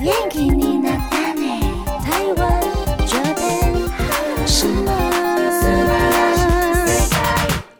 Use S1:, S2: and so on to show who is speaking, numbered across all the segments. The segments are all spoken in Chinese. S1: 元気になったね台湾这边什么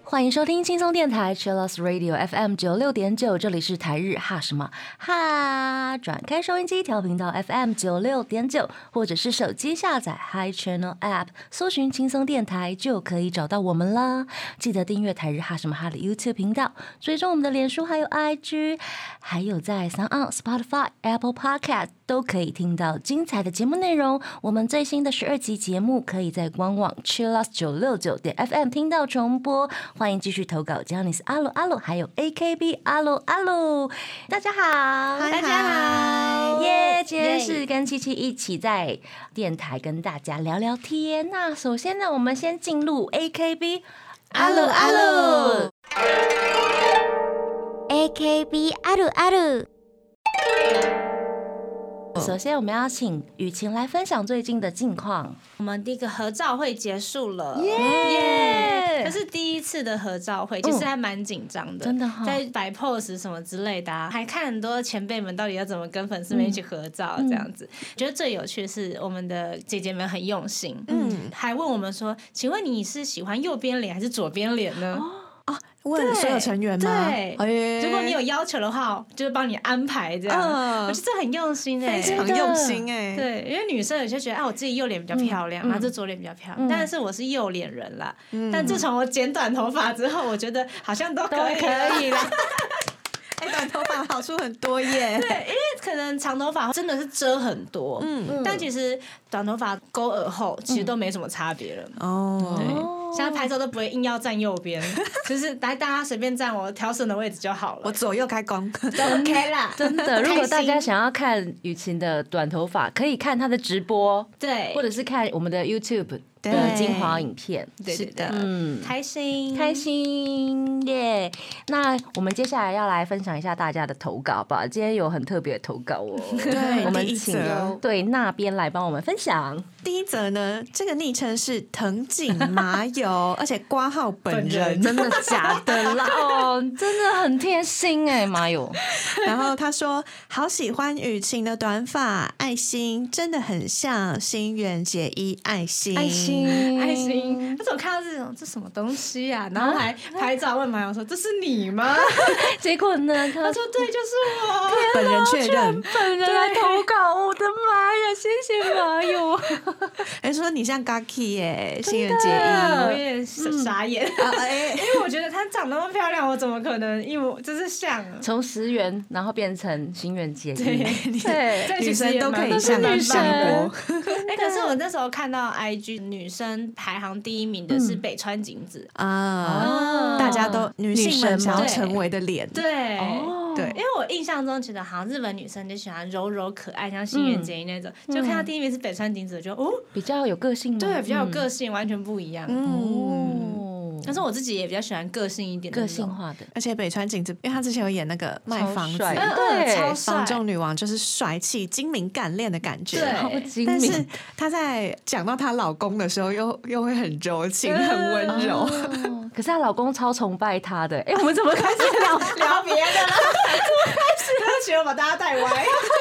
S2: 欢迎收听轻松电台 Chillus Radio FM 九六点九，这里是台日哈什么哈，转开收音机调频道 FM 九六点九，或者是手机下载 Hi Channel App，搜寻轻松电台就可以找到我们啦。记得订阅台日哈什么哈的 YouTube 频道，追踪我们的脸书还有 IG，还有在 s o n Spotify、Apple Podcast 都可以听到精彩的节目内容。我们最新的十二集节目可以在官网 chillus 九六九点 FM 听到重播。欢迎继续投稿 Janice 阿鲁阿鲁，还有 AKB 阿鲁阿鲁。大家好，
S3: 嗨大家好
S2: 耶！今天
S3: 耶
S2: 是跟七七一起在电台跟大家聊聊天。那首先呢，我们先进入 AKB 阿鲁阿鲁。
S1: AKB あるある
S2: 首先，我们要请雨晴来分享最近的近况。
S3: 我们第一个合照会结束了，
S2: 耶
S3: 耶！这是第一次的合照
S4: 嗯
S3: 会，其实还蛮紧张的，
S2: 真的哈
S3: 在摆 pose 什么之类的、啊，还看很多前辈们到底要怎么跟粉丝们一起合照
S4: 嗯
S3: 这样子。觉得最有趣的是我们的姐姐们很用心，嗯，还问我们说，请问你是喜欢右边脸还是左边脸呢？
S4: 问哦所有成员吗？
S3: 对
S4: 哎耶
S3: 如果你有要求的话，就是帮你安排这样。
S4: 嗯
S3: 我觉得这很用心哎、
S4: 非常用心哎、
S3: 对，因为女生有些觉得，哎、啊，我自己右脸比
S2: 嗯
S3: 较漂亮，然后这左脸比较漂亮，但是我是右脸人啦。
S2: 嗯
S3: 但自从我剪短头发之后，我觉得好像都可以，
S2: 可以啦，
S4: 哎、短头发好处很多耶。
S3: 对，因为可能长头发真的是遮很多，嗯，但其实短头发勾耳后
S2: 嗯
S3: 其实都没什么差别了。
S4: 哦，
S3: 对，现在拍照都不会硬要站右边，就是来大家随便站我调整的位置就好了
S4: 我。左右开弓，
S3: OK 啦，
S2: 真的。如果大
S3: 开
S2: 家
S3: 心
S2: 想要看雨晴的短头发，可以看她的直播，
S3: 对
S2: 或者是看我们的 YouTube 的
S4: 对
S2: 精华影片。
S3: 对对对，
S2: 嗯，
S3: 开心
S2: 开心耶那我们接下来要来分享一下大家的投稿吧。今天有很特别的投稿哦，
S4: 对
S2: 我们
S4: 第一
S2: 请
S4: 则
S2: 对那边来帮我们分享。
S4: 第一则呢，这个昵称是藤井麻友，而且挂号本 人。
S2: 真的假的啦？ 哦，真的很贴心哎、妈哟！
S4: 然后他说：“好喜欢雨晴的短发，爱心真的很像新垣结衣，爱心，
S2: 爱心，
S3: 爱
S2: 嗯
S3: 心，但是我看到这种这什么东西呀、然后还拍照问朋友说：“这是你吗
S2: 结果呢，？”他
S3: 他说：“对，就是
S4: 本人确认。
S2: 本人来投稿，我的妈呀！谢谢麻友，
S4: 哎，说你像 Gaki 耶，新垣结
S3: 我。”我
S4: 衣。
S3: 也傻傻眼，
S4: 啊哎，
S3: 因为我觉得她长那么漂亮，我怎么可能一模就是像？
S2: 从十元然后变成心愿结衣，
S3: 这
S2: 对，
S3: 其
S4: 女
S3: 实
S4: 生
S3: 也
S4: 都可
S3: 蛮
S4: 以像
S2: 都是女生
S4: 上国，
S3: 哎、可是我那时候看到 IG 女生排行第一名的是北川景子，
S4: 哦啊，大家都女性
S2: 哦女
S4: 们
S2: 神
S4: 想要
S3: 嘛
S4: 成为的脸，
S3: 哎对，
S2: 哦
S4: 对
S3: 因为我印象中觉得好像日本女生就喜欢柔柔可爱，像新垣结衣那种，就看到第一名是北川景子，我就哦，
S2: 比较有个性吗？
S3: 对，比较有个性，完全不一样。
S4: 嗯，
S2: 哦，
S3: 但是我自己也比较喜欢个性一点的
S2: 个
S3: 那种，
S2: 性化的，
S4: 而且北川景子，因为她之前有演那个卖房子，
S2: 超帅
S3: 嗯，
S2: 对
S3: 对，超帅
S4: 房，仲女王，就是帅气、精明、干练的感觉。
S3: 对
S2: 好精
S4: 但是
S2: 明，
S4: 她在讲到她老公的时候，又又会很柔情、
S3: 嗯
S4: 很温柔。
S2: 哦可是她老公超崇拜她 的，哎，我们怎么开始聊？
S3: 聊别的啦，对不起，我把大家带歪。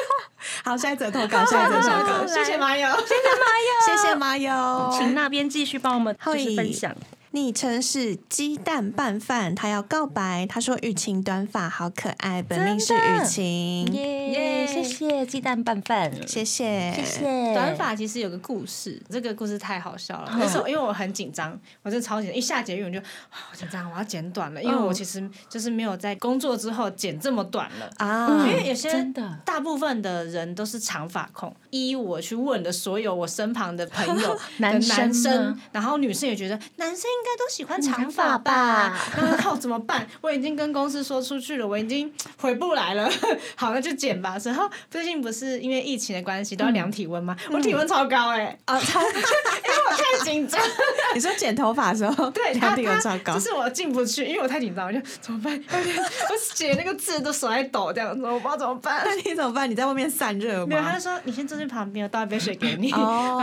S4: 好，下一则投稿，下一则投稿，
S3: 谢谢麻友，
S4: 谢谢麻友。
S2: 请那边继续帮我们就是分享，
S4: 昵称是鸡蛋拌饭，他要告白，他说雨晴短发好可爱，本命是
S2: 真的
S4: 雨晴，
S2: 耶，
S3: 耶
S2: 谢谢鸡蛋拌饭，
S4: 谢谢，
S2: 谢谢
S3: 短发其实有个故事，这个故事太好笑
S2: 嗯
S3: 了。那时候因为我很紧张，我真的超紧张，一下捷运我就啊好紧张，我要剪短了，因为
S2: 嗯
S3: 我其实就是没有在工作之后剪这么短了。
S4: 啊
S3: 因为有些
S2: 嗯真的
S3: 大部分的人都是长发控。依我去问的所有我身旁的朋友的
S2: 男
S3: 男
S2: 生
S3: 生，
S2: 吗
S3: 然后女生也觉得男生应该都喜欢长
S2: 发
S3: 发吧
S2: 吧？
S3: 然后靠怎么办？我已经跟公司说出去了，我已经回不来了。 好，那就剪吧。然后最近不是因为疫情的关系都要量体温吗？我体温超高哎、啊，超因为我太紧张。
S4: 哦 你说剪头发的时候，
S3: 对，
S4: 两
S3: 他
S4: 点有糟糕，
S3: 就是我进不去，因为我太紧张，我就怎么办？我写那个字都手在抖，这样子，我不知道怎么办。
S4: 那 你怎么办？你在外面散热
S3: 没有，他
S4: 吗
S3: 就？说你先坐在旁边，我倒一杯水给你。
S4: 哦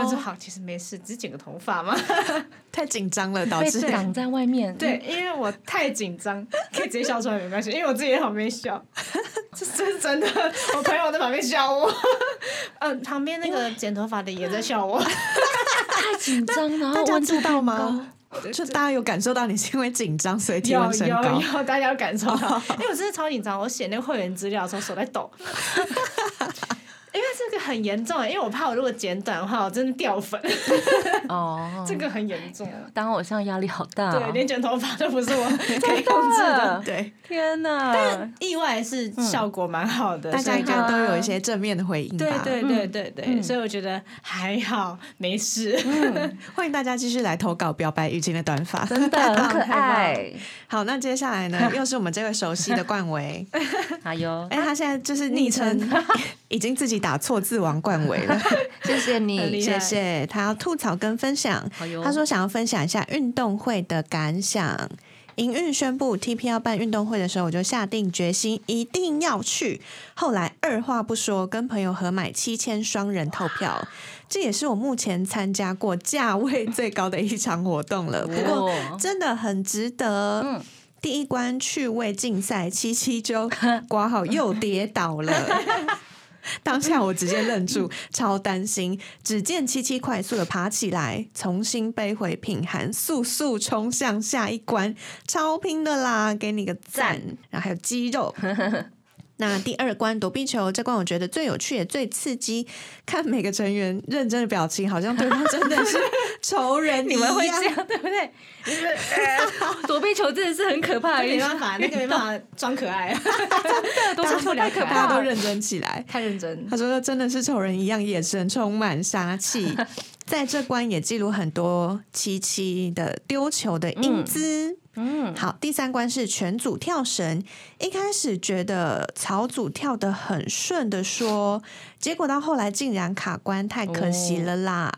S3: 他说好，其实没事，只是剪个头 发嘛。
S4: 太紧张了，导
S2: 被
S4: 致
S2: 挡在外面，
S3: 对，因为我太紧张，可以直接笑出来没关 系，因为我自己也旁边笑，这这是真的，我朋友在旁边笑我，嗯，旁边那个剪头发的也在笑 我。
S2: 太紧张，然后
S4: 大家
S2: 温
S4: 知
S2: 度
S4: 道
S2: 太
S4: 吗
S2: 高。？
S4: 就大家有感受到你是因为紧张，所以体
S3: 有
S4: 温升高
S3: 有。有，大家有感受 到，因为我真的超紧张，我写那个会员资料的时候手在 抖，因为这个很严重，因为我怕我如果剪短的话，我真的掉粉，
S2: 哦，
S3: 这个很严重。
S2: 当偶像压力好大、
S3: 对，
S2: 哦。
S3: 连卷头发都不是 我可以
S2: 真
S3: 控制的。
S2: 的，
S4: 对，
S2: 天哪！
S3: 意外是效果蛮好的，
S4: 大
S3: 所
S4: 家
S3: 以
S4: 应该都有一些正面的回应
S3: 对
S4: 吧？
S3: 对对对对，所以我觉得还好，没 事。
S4: 欢迎大家继续来投稿表白浴巾的短发。
S2: 真的很可
S3: 太棒
S2: 爱。
S4: 好，那接下来呢，又是我们这位熟悉的冠维，
S2: 好哟，
S4: 哎，他现在就是昵称 已经自己打错字王冠维了。
S2: 谢谢
S3: 很厉
S2: 你
S3: 害。
S4: 谢谢他要吐槽跟分享
S2: 好哟。
S4: 他说想要分享一下运动会的感想。营运宣布 TP 要办运动会的时候，我就下定决心一定要去。后来二话不说，跟朋友合买七千双人透票，这也是我目前参加过价位最高的一场活动了。不过
S2: 哦
S4: 真的很值得。
S2: 嗯
S4: 第一关趣味竞赛，七 七就挂好又跌倒了。 当下我直接 愣住，超担心。只见七七快速的爬起来，重新背回品涵，速速冲向下一关，超拼的啦，给你个赞。然后还有肌 肉。那第二关躲避球这关，我觉得最有趣也最刺激。看每个成员认真的表情，好像对方真的 是仇人一样。
S3: 你们会这样对不对？就是呃
S2: 躲避球真的是很可怕的
S3: 没
S2: 运动，
S3: 办法，那个没办法装可爱，啊
S2: 躲避球太可
S4: 大
S2: 怕
S4: 家都
S2: 了。
S4: 认真起来。
S3: 太认真。
S4: 他说：“真的是仇人一样，眼神充满杀 气。在这关也记录很多七七的丢球的英姿。
S2: 嗯，
S4: 好，第三关是全组跳绳。一开始觉得草组跳得很顺的说，结果到后来竟然卡关，太可惜了啦。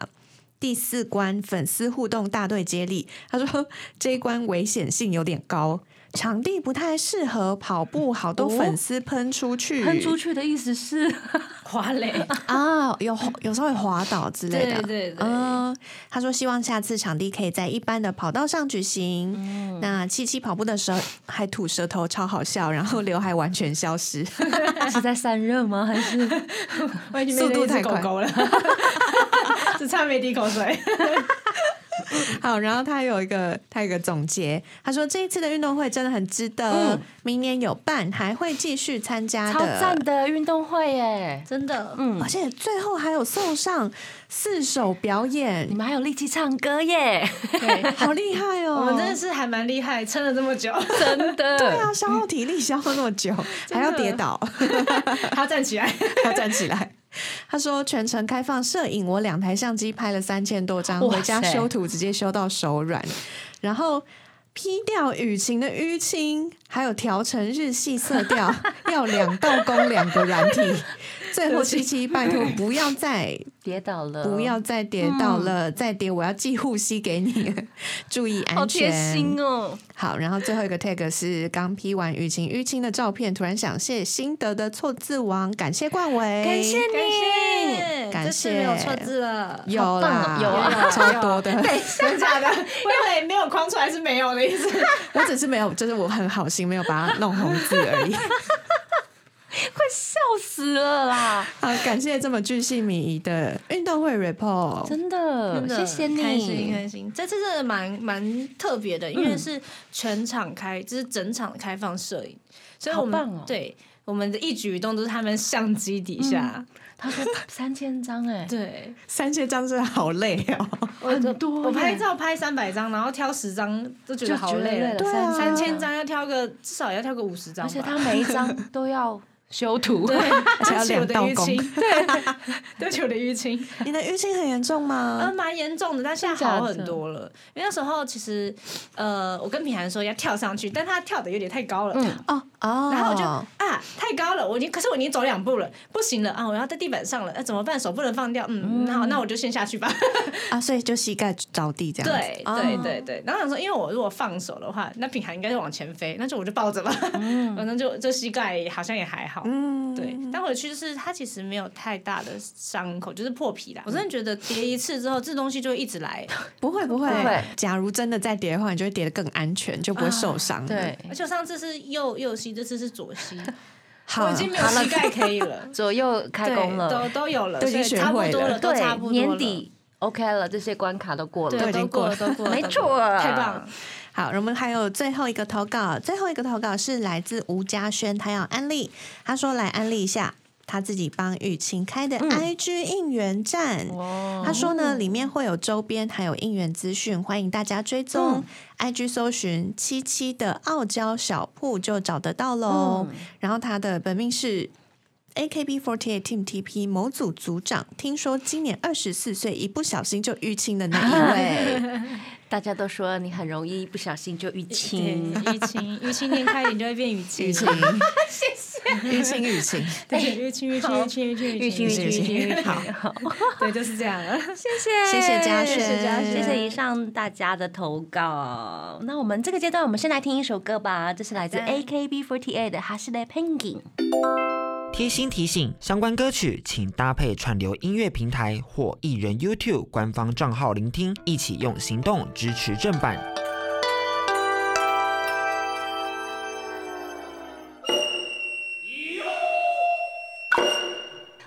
S4: 第四关粉丝互动大队接力，他说这一关危险性有点高，场地不太适合跑步，好多
S2: 哦
S4: 粉丝喷出去，
S2: 喷出去的意思是，
S3: 花 蕾，
S4: 啊，有有时候会滑倒之类
S3: 对
S4: 的。
S3: 对对
S2: 哦
S4: 嗯，他说希望下次场地可以在一般的跑道上举行。
S3: 嗯
S4: 那七七跑步的时候还吐舌头，超好笑，然后刘海完全消失。
S2: 是在散热吗？还是
S3: 我已经
S4: 速
S3: 变成
S4: 度
S3: 一
S4: 太
S3: 只狗
S4: 快
S3: 狗了，只差没滴口水。
S4: 好，然后他有一个他有一个总结，他说这一次的运动会真的很值得，
S2: 嗯
S4: 明年有办还会继续参 加
S2: 超赞的运动会耶？
S3: 真的，
S2: 嗯
S4: 而，且最后还有送上四首表
S2: 你
S4: 演，
S2: 们还有力气唱歌耶，
S3: 嗯对，
S4: 好厉害哦！
S3: 我们真的是还蛮厉害，撑了这么 久，
S2: 真的。
S4: 啊要消耗体力消耗那 么久，还要跌倒。
S3: 他站起来，
S4: 他站起来。他说全程开放摄影，我两台相机拍了三千多张，
S2: 哇塞
S4: 回家修图直接修到手软，然后。P 掉雨晴的淤青，还有调成日系色 调，要两道工两个软体。最后七七，拜托不要再
S2: 跌倒了，
S4: 不要再跌倒了，再跌我要寄护膝给你， 注意安
S2: 嗯
S4: 全。
S2: 好贴心哦！
S4: 好，然后最后一个 tag 是刚 P 完雨晴淤青的照片，突然想谢心得的错字王，感谢冠维，
S2: 感谢你，
S3: 耶
S4: 感
S3: 这次没有
S4: 谢
S3: 错字了。
S4: 有啦，
S2: 好棒哦有啊
S4: 超多 的。
S3: 真的假的？ 我以为没有框出来是没有的意思。
S4: 我只是没有，就是我很好心，没有把它弄红字而 已。
S2: 快笑死了啦！
S4: 好，感谢这么巨细靡遗的运动会 report。
S2: 真的，谢谢
S3: 开心
S2: 你。
S3: 开心，这次真的蛮蛮特别的，
S2: 嗯
S3: 因为是全场开，就是整场开放摄影，所以我们、
S2: 好棒哦
S3: 对我们的一举一动都是他们相机底下。
S2: 他 说三千张哎，
S3: 对
S4: 三千张真的好累哦，
S3: 我
S2: 很多耶
S3: 我拍照拍三百张，然后挑十张都觉
S2: 就
S3: 得好
S2: 觉得累
S3: 了，
S2: 了，
S4: 对啊
S2: 三
S3: 三千，张要挑个至少要挑个五十张
S2: 而
S3: 吧，
S2: 且他每一 张都要修图，
S3: 对，
S4: 只要
S3: 对不
S4: 两
S3: 起
S4: 道
S3: 我的淤
S4: 工
S3: 青，对，对 不起我的淤青。
S4: 你的淤青很严重
S3: 呃，
S2: 嗯
S4: 吗？
S3: 蛮严重的，但现在
S2: 真假
S3: 好
S2: 的
S3: 很多了。因为那时候其实，呃，我跟品涵说要跳上去，但他跳的有点太高了，
S2: 嗯
S4: 哦哦，
S3: 然后我就啊太高了，我已经，可是我已经走两步了，不行了啊，我要在地板上了，那、怎么办？手不能放掉，嗯，那好，那我就先下去吧。
S4: 啊，所以就膝盖着地这样 子。
S3: 对
S4: 哦
S3: 对对对，然后想说，因为我如果放手的话，那品涵应该是往前飞，那就我就抱着吧， 反正就就膝盖好像也还好，
S4: 嗯
S3: 对，但回去就是它其实没有太大的伤口，就是破皮啦。我真的觉得叠一次之后，这东西就会一直来，
S4: 不会不会
S2: 不会
S4: 假如真的再跌的话，你就会啊跌得更安全，就不会受伤、
S2: 对，，
S3: 而且我上次是右右膝，这次是左膝，
S4: 好
S3: 我已，经没有膝盖可以了
S2: 左右开工
S3: 对
S2: 了
S3: 都，都有了，
S4: 都已经
S3: 所以
S4: 学
S3: 差不
S4: 会
S3: 多
S4: 了
S3: 了，都差不多了。
S2: 年底 OK 了，这些关卡都过了。
S4: 都
S3: 对
S4: 已
S3: 都
S4: 经过
S3: 过
S4: 了
S3: 了，都过了，
S2: 没
S3: 都过
S2: 错
S3: 了太棒了！
S4: 好，我们还有最后一个投稿，最后一个投稿是来自吴嘉轩，他要安利，他说来安利一下他自己帮雨晴开的 IG 应援站。
S3: 哇
S4: 他说呢，里面会有周边，还有应援资讯，欢迎大家追踪。IG 搜寻“七七的傲娇小铺”就找得到喽。然后他的本命是 AKB48 Team TP 某组组长，听说今年二十四岁，一不小心就淤青的那一位。
S2: 大家都说你很容易不小心就淤青，
S3: 对，淤青，淤青念开一点就会嗯变雨
S4: 雨
S3: 晴，
S4: 晴， 谢谢。雨晴，雨晴，
S3: 对，淤青，淤青，淤
S2: 淤
S3: 青，淤青，
S2: 青淤青
S4: 是是
S2: 淤青淤青。
S4: 好
S2: 好，
S3: 对，就是这样了。
S2: 谢谢
S4: 谢谢嘉
S3: 谢谢嘉
S4: 轩，
S3: 轩
S2: 谢谢以上大家的投稿。那我们这个阶段，我们先来听一首歌吧，这是来自
S3: 好的
S2: AKB48 的《哈西雷 Penguin》。
S5: 贴心提醒：相关歌曲请搭配串流音乐平台或艺人 YouTube 官方账号聆听，一起用行动支持正版。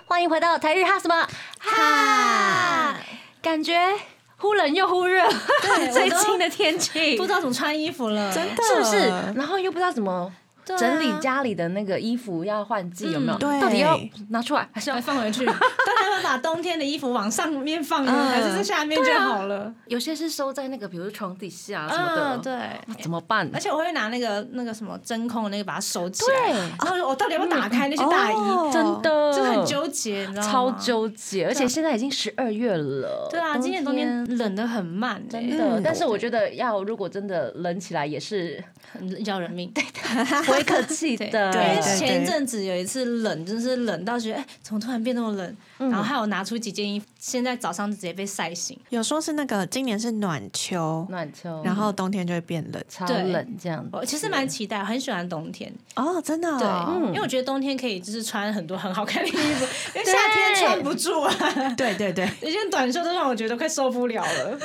S2: 欢迎回到台日哈什么哈，感觉忽冷又忽热，最近的天气
S3: 不知道怎么穿衣服了，真
S2: 是不是？然后又不知道怎么。整理家里的那个衣服要换季有没有？
S4: 嗯对
S2: 到底要拿出来还是要
S3: 来放回去。当然会把冬天的衣服往上面放呢，
S4: 嗯
S3: 还是在下面就好了。
S2: 有些是收在那个，比如床底下啊什么的，
S3: 嗯，对。
S2: 那怎么办？
S3: 而且我会拿那个那个什么真空的那个把它收起来，
S2: 对
S3: 然后我到底要不要打开那些大衣，
S4: 哦
S2: 真的
S3: 就很纠结，你知道吗？
S2: 超纠结，而且现在已经十二月了，
S3: 对啊，今年冬天冷的很慢、欸，
S2: 真的。
S4: 嗯
S2: 但是我觉得要如果真的冷起来也 是
S3: 很要人命。对的，
S2: 不会客气
S3: 对，
S2: 的，
S3: 因为
S4: 对
S3: 前一阵子有一次冷，真是冷到觉得，哎、怎么突然变那么冷？然后还有拿出几件衣服，现在早上就直接被晒醒。
S4: 有说是那个今年是暖秋，
S2: 暖秋，
S4: 然后冬天就会变冷
S2: 超
S3: 对哦
S2: 冷这样子。
S3: 我其实蛮期待，我很喜欢冬天，
S4: 哦，真的、
S3: 对，嗯
S4: 哦，
S3: 因为我觉得冬天可以就是穿很多很好看的衣服，因为夏天
S2: 对
S3: 穿不住啊，
S4: 对对对
S3: 有些短袖都让我觉得快受不了了。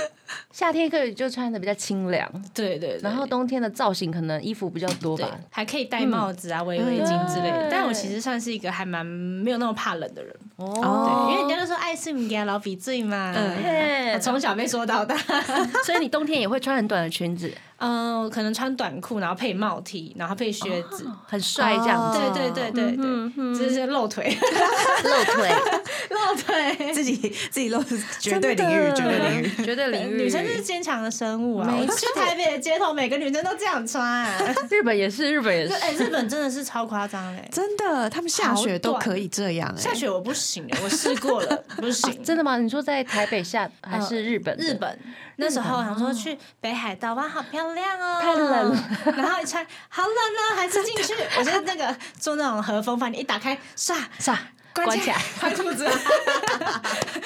S2: 夏天可以就穿的比较清凉，
S3: 对对对，
S2: 然后冬天的造型可能衣服比较多
S3: 对
S2: 吧。
S3: 还可以戴帽子啊、围围巾之类
S2: 对
S3: 的。但我其实算是一个还蛮没有那么怕冷的人，
S4: 哦
S3: 对，因为人家都说爱睡不给老比醉嘛。
S2: 嘿
S3: 我从小被说到大，
S2: 所以你冬天也会穿很短的裙子，
S3: 嗯，我可能穿短裤，然后配帽 T，然后配靴子，
S2: 很帅这样子，
S3: 对对对对对，就是露腿，
S2: 露腿，
S3: 露 腿。
S4: 自己自 己露绝对领域，绝对领域。
S2: 域，绝对领域。
S3: 女生是坚强的生物啊！
S2: 没
S3: 我去台北的街头，每个女生都这样穿、 啊。
S2: 日本也是，日本也是
S3: 就。哎、日本真的是欸超夸张嘞！
S4: 真的，他们下雪都可以这样、哎，
S3: 下雪我不行了，我试过了，不 行。
S2: 真的吗？你说在台北下还是日本的？
S3: 啊呃日本哦那时候想说去北海道，哇，好漂亮哦！
S2: 太冷了，
S3: 然后一穿好冷哦，还是进去。我就是那个做那种和风饭店，一打开唰
S2: 是啊，关起 来，，
S3: 关兔子，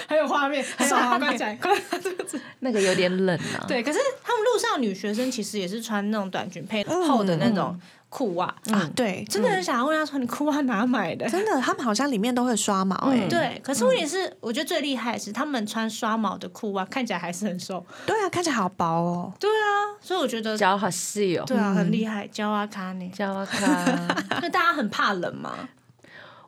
S3: 很有画面，很有画面关起来，关兔子。
S2: 那个有点冷啊。
S3: 对，可是他们路上女学生其实也是穿那种短裙配厚的那种裤袜，
S4: 啊，对，
S3: 真的很想要问他说你裤袜哪买的？
S4: 真的，他们好像里面都会刷毛、哎、
S3: 对，可是问题是，我觉得最厉害的是他们穿刷毛的裤袜，看起来还是很瘦。
S4: 对啊，看起来好薄哦。
S3: 对啊，所以我觉得
S2: 脚好细哦。，
S3: 对啊，很厉害，焦阿卡呢
S2: 脚啊卡，
S3: 因为大家很怕冷嘛。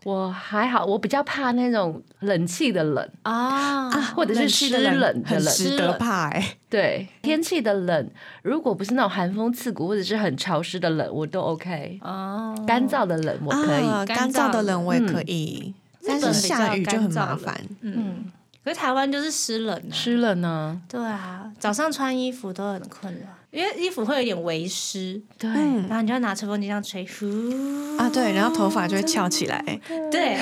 S2: 我还好，我比较怕那种冷气的冷，
S3: 啊
S2: 或者是湿冷的
S4: 很
S2: 冷。
S4: 值得怕哎、
S2: 对，天气的冷，如果不是那种寒风刺骨或者是很潮湿的冷，我都 OK。
S3: 哦，
S2: 干燥的冷我可以，
S4: 啊，干燥的嗯冷我也可以，但是下雨就
S3: 日本
S4: 很麻
S3: 比较
S4: 烦。
S3: 嗯，可是台湾就是湿冷啊。
S2: 湿冷呢？
S3: 对啊，早上穿衣服都很困扰，因为衣服会有点微湿，
S2: 对，
S4: 嗯
S3: 然后你就要拿吹风机这样吹，呼
S4: 啊，对，然后头发就会翘起来。
S3: 对。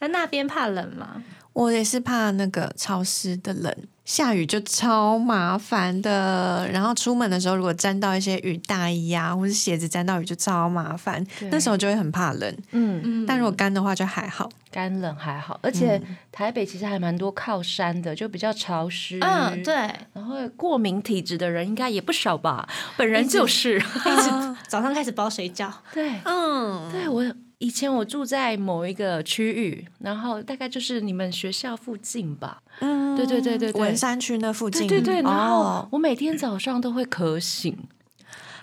S3: 那那边怕冷吗？
S4: 我也是怕那个潮湿的冷，下雨就超麻烦的。然后出门的时候，如果沾到一些雨大衣啊，或是鞋子沾到雨，就超麻烦。那时候就会很怕冷。
S2: 嗯，嗯
S3: 嗯
S4: 但如果干的话，就还好。
S2: 干冷还好，而且台北其实还蛮多靠山的，就比较潮湿。
S3: 嗯，对，
S2: 然后过敏体质的人应该也不少吧，本人就是。
S3: 一直早上开始包水饺，
S2: 对，
S4: 嗯，
S2: 对我以前我住在某一个区域，然后大概就是你们学校附近吧。嗯，对对对对对，
S4: 文山区那附近，
S2: 对对对，然后
S4: 哦
S2: 我每天早上都会咳醒，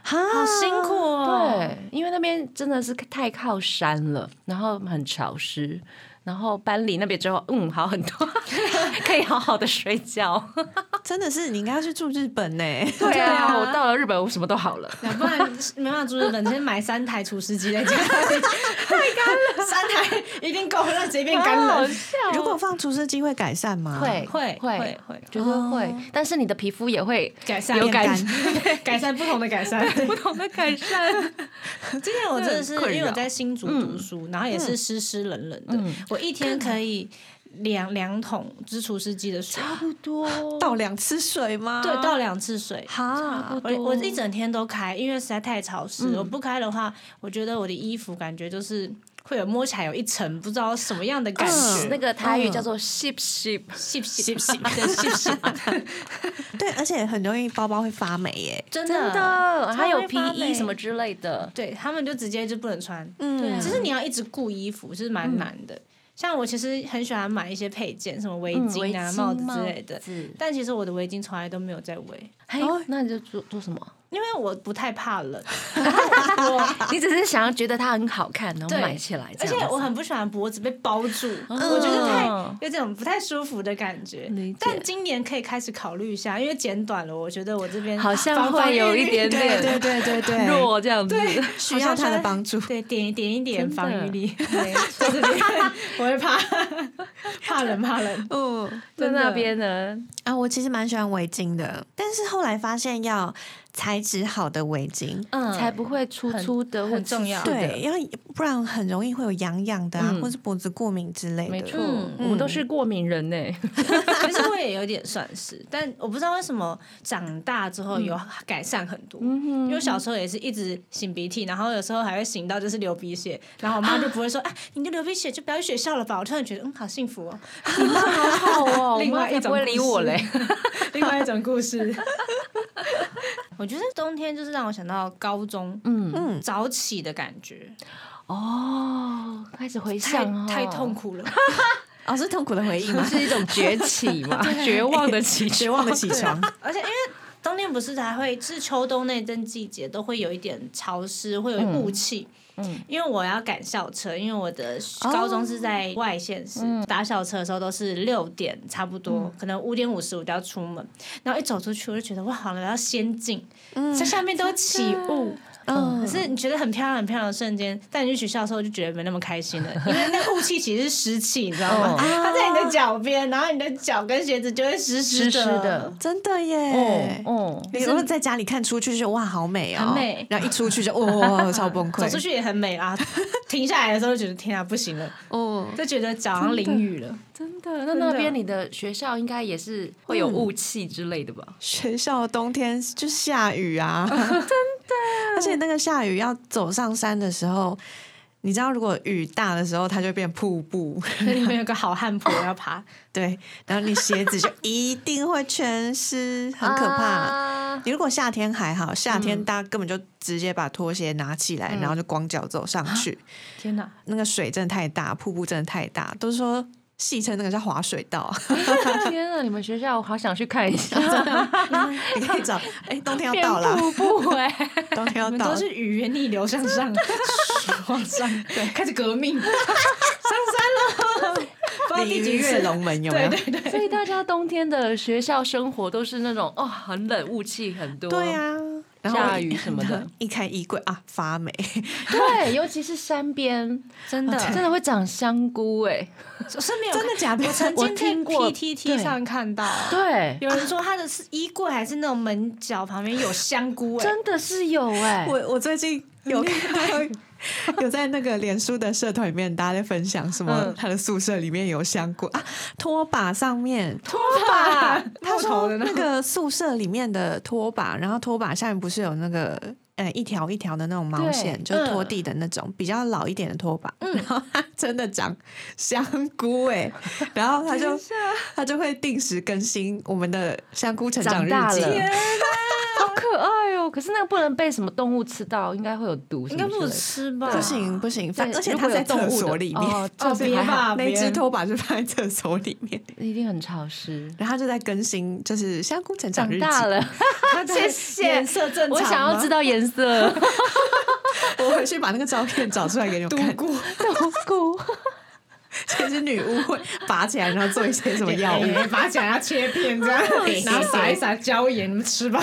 S4: 好
S3: 好辛苦哦。
S2: 对，因为那边真的是太靠山了，然后很潮湿，然后搬离那边之后，嗯，好很多， 可以好好的睡觉。
S4: 真的是你应该要去住日本呢、
S2: 对啊，
S3: 啊
S2: 我到了日本，我什么都好了。
S3: 对，不然没办法住日本，先买三台除湿机在家里，太干了， 三台一定够让随便干了。
S4: 如果放除湿机会改善
S2: 啊
S4: 吗？
S2: 会
S3: 会
S2: 会
S3: 会会
S2: 绝对会，但是你的皮肤也会
S3: 改善
S2: 有
S4: 改
S2: 改
S4: 善
S3: 改善不同的改善，
S2: 不同的改 善。
S3: 之前我真的是
S4: 这很困
S3: 因为我
S4: 扰
S3: 在新竹读书，然后也是湿湿冷冷的，我一天可以两两桶就是除湿机的水，
S4: 倒两次水吗？
S3: 对，倒两次水。
S4: 哈，
S3: 我我一整天都开，因为实在太潮湿。我不开的话，我觉得我的衣服感觉就是会有摸起来有一层不知道什么样的感觉。
S2: 嗯那个台语叫做 sheep sheep，
S3: 吸吸吸，对吸吸，
S4: 对，而且很容易包包会发霉耶、
S3: 真
S2: 真
S3: 的
S2: 的，还有
S3: 超会
S2: P
S3: 发
S2: E
S3: 霉
S2: 什么之类的。
S3: 对他们就直接就不能穿。
S2: 啊
S3: 啊
S4: 嗯
S3: 其实你要一直顾衣服是蛮难的。像我其实很喜欢买一些配件，什么围
S2: 嗯
S3: 巾啊、帽子之类的，
S2: 子
S3: 嗯但其实我的围巾从来都没有在围，
S2: 哎
S4: 哦，
S2: 那你就做做什么？
S3: 因为我不太怕冷，
S2: 你只是想要觉得它很好看，然后
S3: 对
S2: 买起来这
S3: 而
S2: 样子。
S3: 且我很不喜欢脖子被包住，
S2: 嗯
S3: 我觉得太有这种不太舒服的感觉
S2: 理解。
S3: 但今年可以开始考虑一下，因为剪短了，我觉得我这边
S2: 好像
S3: 防防
S2: 会有
S3: 御
S2: 一
S3: 力
S2: 点
S4: 对
S2: 点
S4: 对 对对对，
S2: 弱这样子。
S4: 需要他的帮助。
S3: 对，点一点一点
S2: 真的
S3: 防御力，对，在这边 我会怕，怕冷怕冷。
S4: 嗯
S2: 在
S3: 真的
S2: 那边呢，
S4: 啊，我其实蛮喜欢围巾的，但是后来发现要材质好的围巾，
S3: 嗯
S2: 才不会粗粗的，
S3: 很重要
S2: 或者是
S4: 对，要不然很容易会有痒痒的啊，
S2: 嗯
S4: 或是脖子过敏之类的。
S2: 没错，
S3: 嗯
S2: 我们都是过敏人呢。
S3: 其实我也有点算是，但我不知道为什么长大之后有改善很多。
S2: 嗯
S3: 因为我小时候也是一直擤鼻涕，然后有时候还会擤到就是流鼻血，然后我妈就不会说啊，你就流鼻血就不要去学校了吧。我突然觉得嗯，好幸福哦。
S2: 好哦
S3: 另外一种
S2: 不会理我嘞。
S3: 另外一种 故事，我觉得冬天就是让我想到高中
S2: 嗯，
S4: 嗯，
S3: 早起的感觉，
S2: 哦，开始回
S3: 太
S2: 想，
S3: 太痛，苦了。
S4: 哦，是痛苦的回忆吗？
S2: 是一种崛起 嘛，绝望的起，
S4: 绝望的起 床，
S3: 而且因为冬天不是还会是秋冬那阵季节都会有一点潮湿，会有雾气。
S2: 嗯
S3: 因为我要赶校车，因为我的高中是在外县市，
S2: 嗯
S3: 打校车的时候都是六点差不多，可能五点五十五就要出门。然后一走出去，我就觉得哇，好了，要先进，
S2: 嗯
S3: 在下面都起雾。可
S4: 嗯，
S3: 是你觉得很漂亮、很漂亮的瞬间，但你去学校的时候就觉得没那么开心了， 因为那雾气其实是湿气，你知道吗？
S2: 哦
S3: 它在你的脚边，然后你的脚跟鞋子就会湿
S2: 湿湿
S3: 湿
S2: 的。
S4: 真的耶。
S2: 哦，
S4: 你如果在家里看出去就哇好美哦，
S3: 很美
S4: 然后一出去就哇超 崩溃，
S3: 走出去也很美啦。停下来的时候就觉得天啊，不行了，
S4: 哦，
S3: 就觉得脚上淋雨了。
S2: 真的，那那边你的学校应该也是嗯会有雾气之类的吧？
S4: 学校冬天就下雨 啊，真的。而且那个下雨要走上山的时候，你知道，如果雨大的时候，它就变瀑布，
S3: 那里面有个好汉婆要爬，
S4: 对，然后你鞋 子就一定会全湿，很可怕。
S2: 啊
S4: 你如果夏天还好，夏
S3: 嗯
S4: 天大家根本就直接把拖鞋拿起来，然后就光脚走上去，
S3: 啊天哪！
S4: 那个水真的太大，瀑布真的太大，都说戏称那个叫滑水 道，
S2: 天啊，你们学校我好想去看一下，
S4: 你可 以找，哎，冬天 要
S2: 变
S4: 到了，
S2: 瀑布哎，
S4: 冬天要
S3: 我们
S4: 到
S3: 都
S4: 了，
S3: 是语言逆流向上，往上，对，开始革命，上山了，不知道
S4: 鲤
S3: 第
S4: 鱼
S3: 几
S4: 跃
S3: 次了。
S4: 龙门有没
S3: 对
S4: 有？
S3: 对啊对，
S2: 所以大家冬天的学校生活都是那种哦，很冷，雾气很多，
S4: 对啊，然后，
S2: 下雨什么的
S4: 一开衣柜啊，发霉，
S2: 对，尤其是山边，
S3: 真的
S2: 真的会长香菇哎、
S3: 我是没有
S4: 真的假的
S3: 我曾
S2: 我
S3: 经在
S2: 听过
S3: PTT 上看到，
S2: 对，
S3: 有人说他的是衣柜还是那种门角旁边有香菇，哎，
S2: 真的是有哎、
S4: 我我最近有看到 有在那个脸书的社团里面，大家在分享什么
S3: 嗯
S4: 他的宿舍里面有香菇啊，拖把上面，
S3: 拖把，
S4: 他
S3: 木头
S4: 说
S3: 的
S4: 那
S3: 那
S4: 个宿舍里面的拖把，然后拖把下面不是有那个。呃，一条一条的那种毛线，
S2: 对嗯
S4: 就是拖地的那种、比较老一点的拖把， 然后它真的长香菇哎、然后它就 它就会定时更新我们的香菇成长日
S2: 长大啊
S4: 记，啊
S2: 了好可爱哦、哦，可是那个不能被什么动物吃到，应该会有毒什
S3: 应
S2: 么之
S3: 该
S2: 类的，
S3: 不吃吧？
S4: 不行不行，反
S2: 对
S4: 而且
S2: 如
S4: 它
S2: 果有
S4: 在
S2: 动物
S4: 厕
S2: 的
S4: 所里面
S2: 哦，这是
S3: 别
S2: 还好，
S3: 吧
S4: 那
S3: 别
S4: 只拖把就放在厕所里面，
S2: 一定很潮湿。
S4: 然后它就在更新，就是香菇成长日
S2: 长
S4: 记。
S2: 大 了，
S4: 它的
S2: 谢谢
S3: 颜。色正常吗，
S2: 我想要知道颜色，
S4: 我回去把那个照片找出来给你们看。
S2: 菇， 独 菇，
S4: 这是女巫会拔起来，然后做一些什么药物？
S3: 哎把脚要切片 这样，然后撒一撒椒盐，你们吃吧。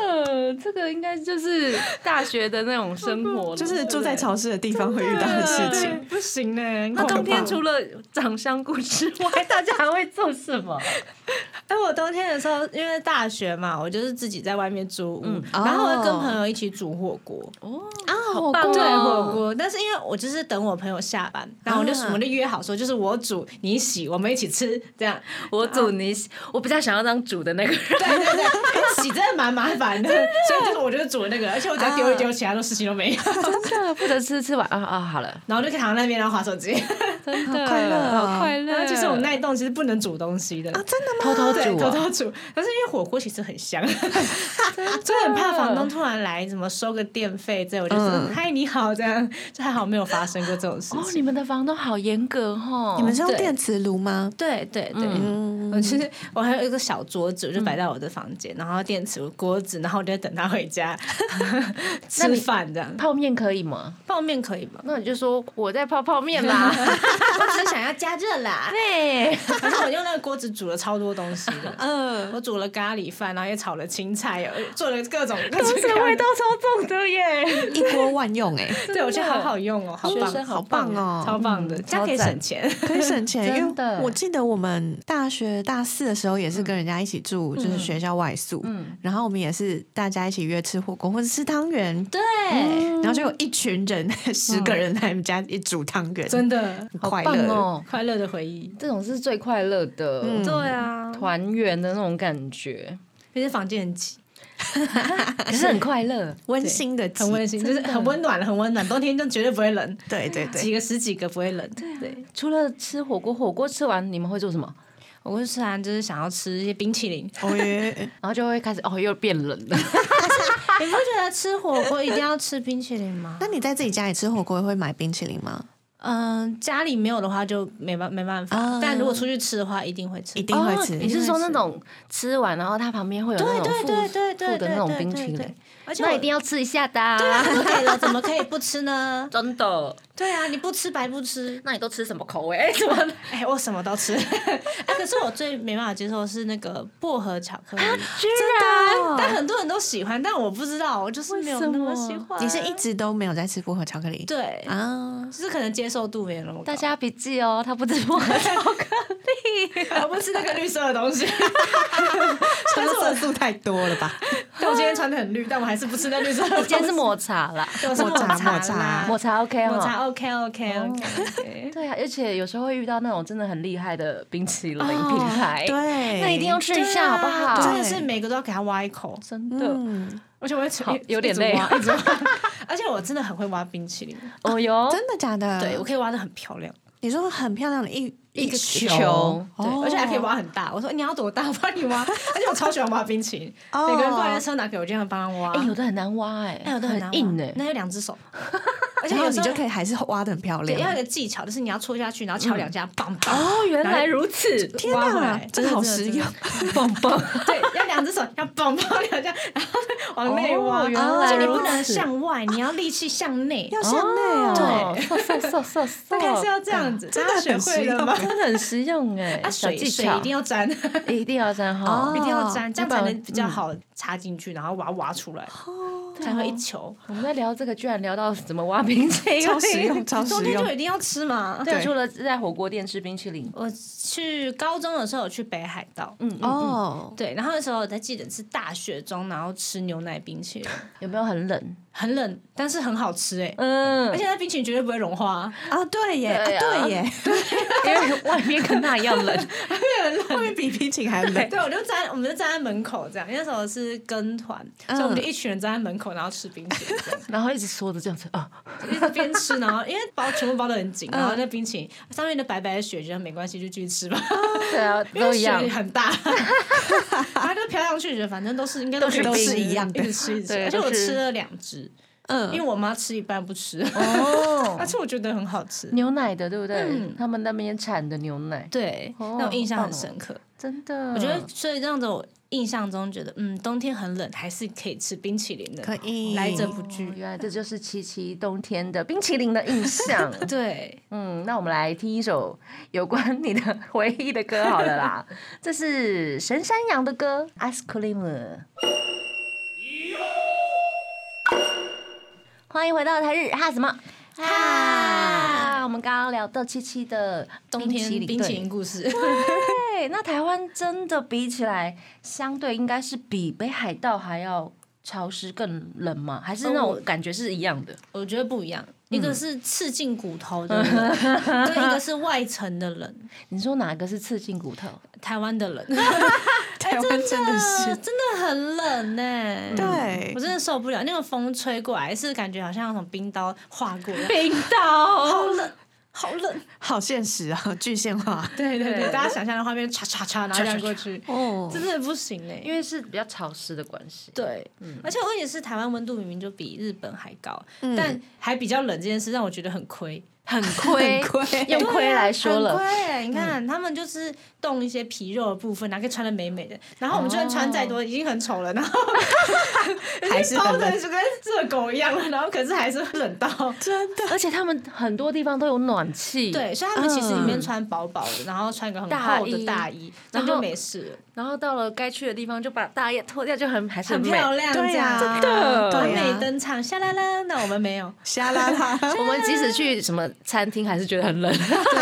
S2: 呃，这个应该就是大学的那种生活了，
S4: 就是住在潮湿的地方会遇到的事
S2: 哦
S4: 情。
S3: 不行呢，
S2: 那冬天
S3: 出。
S2: 除了长香菇之外， 大家还会做什么？
S3: 哎，我冬天的时候，因为大学嘛，我就是自己在外面租屋，
S4: 哦
S3: 然后会跟朋友一起煮火锅，
S4: 啊，
S2: 好
S4: 我
S2: 棒
S3: 对
S2: 哦
S3: 火锅。但是因为我就是等我朋友下班，然后我就
S4: 啊
S3: 我们就约好说，就是我煮你洗，我们一起吃这 样。
S2: 我煮你，我比较想要当煮的那个人。
S3: 对对对，因为洗 真的蛮麻烦的，所以就是我就是煮那个，而且我只要丢一丢，其他的事情都没 有，
S2: 真的，负责吃吃完啊啊，好了，
S3: 然后就躺在那边然后划手机。
S2: 真的
S4: 好快乐哦
S2: 好快
S3: 然
S2: 乐。啊
S3: 后就是我们那一栋其实不能煮东西嗯啊的，
S4: 真的吗？
S2: 偷偷
S3: 对，
S2: 煮
S3: 偷
S2: 啊，
S3: 偷煮。但是因为火锅其实很香， 真的很怕房东突然来，怎么收个电费这样，我就说
S4: 嗯
S3: 嗨你好这样，就还好没有发生过这种事
S2: 哦，你
S3: 情。
S2: 们的房东好严格哦。
S4: 你们是用
S3: 对
S4: 电磁炉吗？
S3: 对对嗯对，
S4: 嗯，
S3: 我其实我还有一个小桌子，我就摆在我的房间，然后电磁锅子，然后我就等他回 家吃饭这样。
S2: 泡面可以吗？
S3: 泡面可以吗？
S2: 那你就说我在泡泡面啦。
S3: 我只是想要加热啦。
S2: 对，
S3: 可是我用那个锅子煮了超多东西 的，
S4: 嗯，
S3: 我煮了咖喱饭，然后也炒了青菜，呃做了各种 各
S2: 都
S3: 种
S2: 是味道超重的耶。
S4: 一锅万用哎，
S3: 对，我觉得好好用哦，好
S2: 学生
S3: 棒，啊
S2: 好
S4: 棒哦
S3: 超棒的，这样可以
S2: 超赞
S3: 省钱。
S4: 可以省钱。因
S2: 真的
S4: 为我记得我们大学大四的时候也是跟人家一起住，就是
S2: 嗯
S4: 学校外宿，然后我们也是大家一起约吃火锅或者吃汤圆，
S3: 对，
S4: 然后就有一群人十个人来我们家一煮汤 圆，
S3: 真的
S4: 很
S2: 好
S4: 快
S2: 棒
S4: 乐。
S2: 哦，
S3: 快乐的回忆。
S2: 这种是最快乐的，
S4: 嗯对
S3: 啊
S2: 团圆的那种感 觉，
S3: 可是房间很挤，
S2: 可是很快乐。
S4: 温馨的集，
S3: 很温馨，就是很温暖了，很温暖。冬天就绝对不会冷，
S4: 对对对
S3: 几，个十几个不会冷。对，啊
S2: 除了吃火锅，火锅吃完你们会做什么？
S3: 我跟虽然就是想要吃一些冰淇 淋，
S4: 哦耶，
S2: 然后就会开始哦，又变冷了。
S3: 你不觉得吃火锅一定要吃冰淇淋吗
S4: 那？你在自己家里吃火锅会买冰淇淋吗？
S3: 嗯，家里没有的话就没办没办法，
S4: 啊
S3: 但如果出去吃的话一定会吃
S4: 一。定会
S2: 哦。你
S4: 吃。
S2: 是说那种吃完然后它旁边会有那
S3: 对
S2: 种
S3: 对
S2: 附
S3: 对对对
S2: 附的
S3: 对
S2: 那种
S3: 对
S2: 冰淇
S3: 对
S2: 淋？
S3: 而且
S2: 那
S3: 我
S2: 一定要吃一下的、啊。
S3: 对啊，不给了怎么可以不吃呢？
S2: 真的？
S3: 对啊，你不吃白不吃。
S2: 那你都吃什么口味？ 哎，怎么？
S3: 哎、我什么都吃。 哎、可是我最没办法接受的是那个薄荷巧克力，
S2: 居然？
S3: 但很多人都喜欢，但我不知道，我就是没有那么喜
S2: 啊
S3: 欢。
S4: 你是一直都没有在吃薄荷巧克力？
S3: 对，
S4: 啊，
S3: 就是可能接受度没有那么高。
S2: 大 家笔记哦，他不吃薄荷巧克力。啊
S3: 我不吃那个绿色的东 西，
S4: 但是色素太多了吧？
S3: 但我今天穿的很绿，但我还是不吃那绿色的东西。
S2: 今天是抹茶啦，
S3: 对我是抹
S4: 抹茶抹
S3: 茶
S4: 茶
S3: 啦，
S2: 抹茶 OK
S3: 抹
S2: 哈。
S3: 茶 OK OK OK。
S2: 对啊，而且有时候会遇到那种真的很厉害的冰淇淋品牌，
S4: 哦对，
S2: 哎那一定要吃一下好不好？
S3: 真的是每个都要给他挖一口，
S2: 真的。
S4: 嗯，
S3: 而且我会吃
S2: 好
S3: 一
S2: 有点
S3: 一直
S2: 累
S3: 挖一直挖而且我真的很会挖冰淇淋，
S2: 哦哟，
S4: 真的假的？
S3: 对我可以挖的很漂亮。
S4: 你说很漂亮的一
S3: 一个
S4: 球，
S2: 球
S4: 哦
S3: 对，而且还可以挖很大。我说你要多大，我帮你挖。 而且我超喜欢挖冰淇淋，
S4: 哦
S3: 每个人过来的时候拿给我，这样帮他挖。
S2: 哎，有的很难挖哎，
S3: 哎，有的很难
S2: 很
S3: 挖
S2: 硬哎。
S3: 那有两只手，而且
S4: 然后
S3: 有
S4: 你
S3: 时候
S4: 就可以还是挖的很漂
S3: 对，要有一
S4: 亮。
S3: 个技巧，就是你要戳下去，然后敲两下，棒棒。
S2: 哦，原来如此，
S4: 天
S3: 挖回
S4: 哪
S3: 来，
S4: 真的好实用！
S2: 棒棒。
S3: 对，要两只手，要棒棒两下，然后往内挖。
S2: 哦原
S3: 而且
S2: 来
S3: 你
S2: 如
S3: 不能
S2: 此
S3: 向外，你要力气向内。
S4: 要向内哦，
S2: 对，嗖嗖嗖嗖
S3: 大概是
S2: 嗖，
S3: 要这样子，
S4: 真的
S3: 大家学
S4: 很实
S3: 会了
S4: 用
S3: 吗？
S2: 真的很实用哎，
S3: 啊，
S2: 小
S3: 水
S2: 技
S3: 水
S2: 巧
S3: 一定要沾，一
S2: 一定要沾哈
S4: 哦，
S3: 定要沾，这样
S2: 要
S3: 才
S2: 不然
S3: 能比较好插进去，然后把它挖出来，
S2: 哦
S3: 才会一球。
S2: 我们在聊这个，居然聊到怎么挖冰淇淋，
S4: 超实用，超
S3: 冬
S4: 实
S3: 天就
S4: 用。
S3: 一定要吃嘛。
S2: 对，除了在火锅店吃冰淇淋，
S3: 我去高中的时候有去北海道，
S2: 嗯嗯嗯，
S4: 哦，
S3: 对，然后那时候我在记得是大雪中，然后吃牛奶冰淇淋，
S2: 有没有很冷？
S3: 很冷，但是很好吃哎、
S2: 嗯
S3: 而，且那冰淇淋绝对不会融化，
S4: 啊，对耶，啊
S2: 对啊
S4: 对耶，
S2: 因为外面跟那一样冷，
S4: 后面比冰淇淋还冷。
S3: 对，我就站，我们就站在门口这样，因为那时候是跟团，
S4: 嗯
S3: 所以我们就一群人站在门口，口，然后吃冰淇淋这样，
S2: 然后一直说的这样子啊，
S3: 一直边吃，然后因为包全部包的很紧，然后那冰淇淋上面的白白的雪，觉得没关系，就继续吃吧，
S2: 对啊，
S3: 因为
S2: 都一
S3: 雪
S2: 样
S3: 也。很大，然后就飘上去，觉得反正都是应该
S4: 都是
S3: 可以吃
S4: 冰一样的
S3: 一直吃一直吃，
S6: 对
S3: 而且我
S6: 都是
S3: 吃了两只，
S4: 嗯，
S3: 因为我妈吃一半不吃，
S2: 哦
S3: 而，且我觉得很好吃，
S2: 牛奶的对不对？
S3: 嗯
S2: 他们那边产的牛奶，
S3: 对，
S2: 哦
S3: 那我印象
S2: 好
S3: 很
S2: 棒哦哦嗯
S3: 深刻。
S2: 真的，
S3: 我觉得，所以这样子，我印象中觉得，嗯，冬天很冷，还是可以吃冰淇淋的，
S4: 可以
S3: 来者不拒
S2: 哦。原来这就是七七冬天的冰淇淋的印象。
S3: 对，
S2: 嗯，那我们来听一首有关你的 回忆的歌好了啦，这是神山羊的歌《Ice Cream》。欢迎回到台日哈什么哈？我们刚刚聊到七七的
S3: 冬天
S2: 冰淇淋
S3: 冰淇淋
S2: 对
S3: 故事，
S2: 对，那台湾真的比起来，相对应该是比北海道还要潮湿更冷吗？还是那
S3: 呃我
S2: 种感觉是一样的？
S3: 我觉得不一样。一个是刺进骨头的冷，跟一个是外层的冷，
S2: 你说哪个是刺进骨头？
S3: 台湾的冷，
S4: 台湾哎真的是
S3: 真的很冷呢、
S4: 对
S3: 我真的受不了，那个风吹过来是感觉好像有种冰刀划过一样，
S6: 冰岛，
S3: 好冷，好冷。
S4: 好现实啊，具现化
S3: 对对对，大家想象的画面，唰唰唰，然后这样过去，
S4: 哦
S3: 真的不行呢、
S2: 因为是比较潮湿的关系。
S3: 对，嗯而且问题是台湾温度明明就比日本还高，但还比较冷这件事让我觉得很亏，
S2: 很亏，
S4: 很亏
S2: 用亏来说
S3: 啊很
S2: 了，
S3: 亏。你看他们就是动一些皮肉的部分，然后可以穿的美美的，然后我们就算穿再多已经很丑了，然后
S4: 还是
S3: 包
S4: 很
S3: 的
S4: 冷，
S3: 就跟热狗一样了，然后可是还是会冷到。
S4: 真的
S2: 而且他们很多地方都有暖气，，
S3: 对，所以他们其实里面穿薄薄的，然后穿个很厚的
S2: 大
S3: 大衣，然
S2: 然
S3: 后
S2: 后
S3: 就没事了，
S2: 然后到了该去的地方就把大衣脱掉，就很还是
S3: 很
S2: 美
S3: 漂。亮，
S4: 对呀
S3: 呀，
S4: 真
S6: 的
S3: 啊完
S4: 对呀
S3: 美登场，下啦啦。那我们没有，
S4: 瞎啦啦，
S2: 我们即使去什么餐厅，还是觉得很冷。
S3: 对，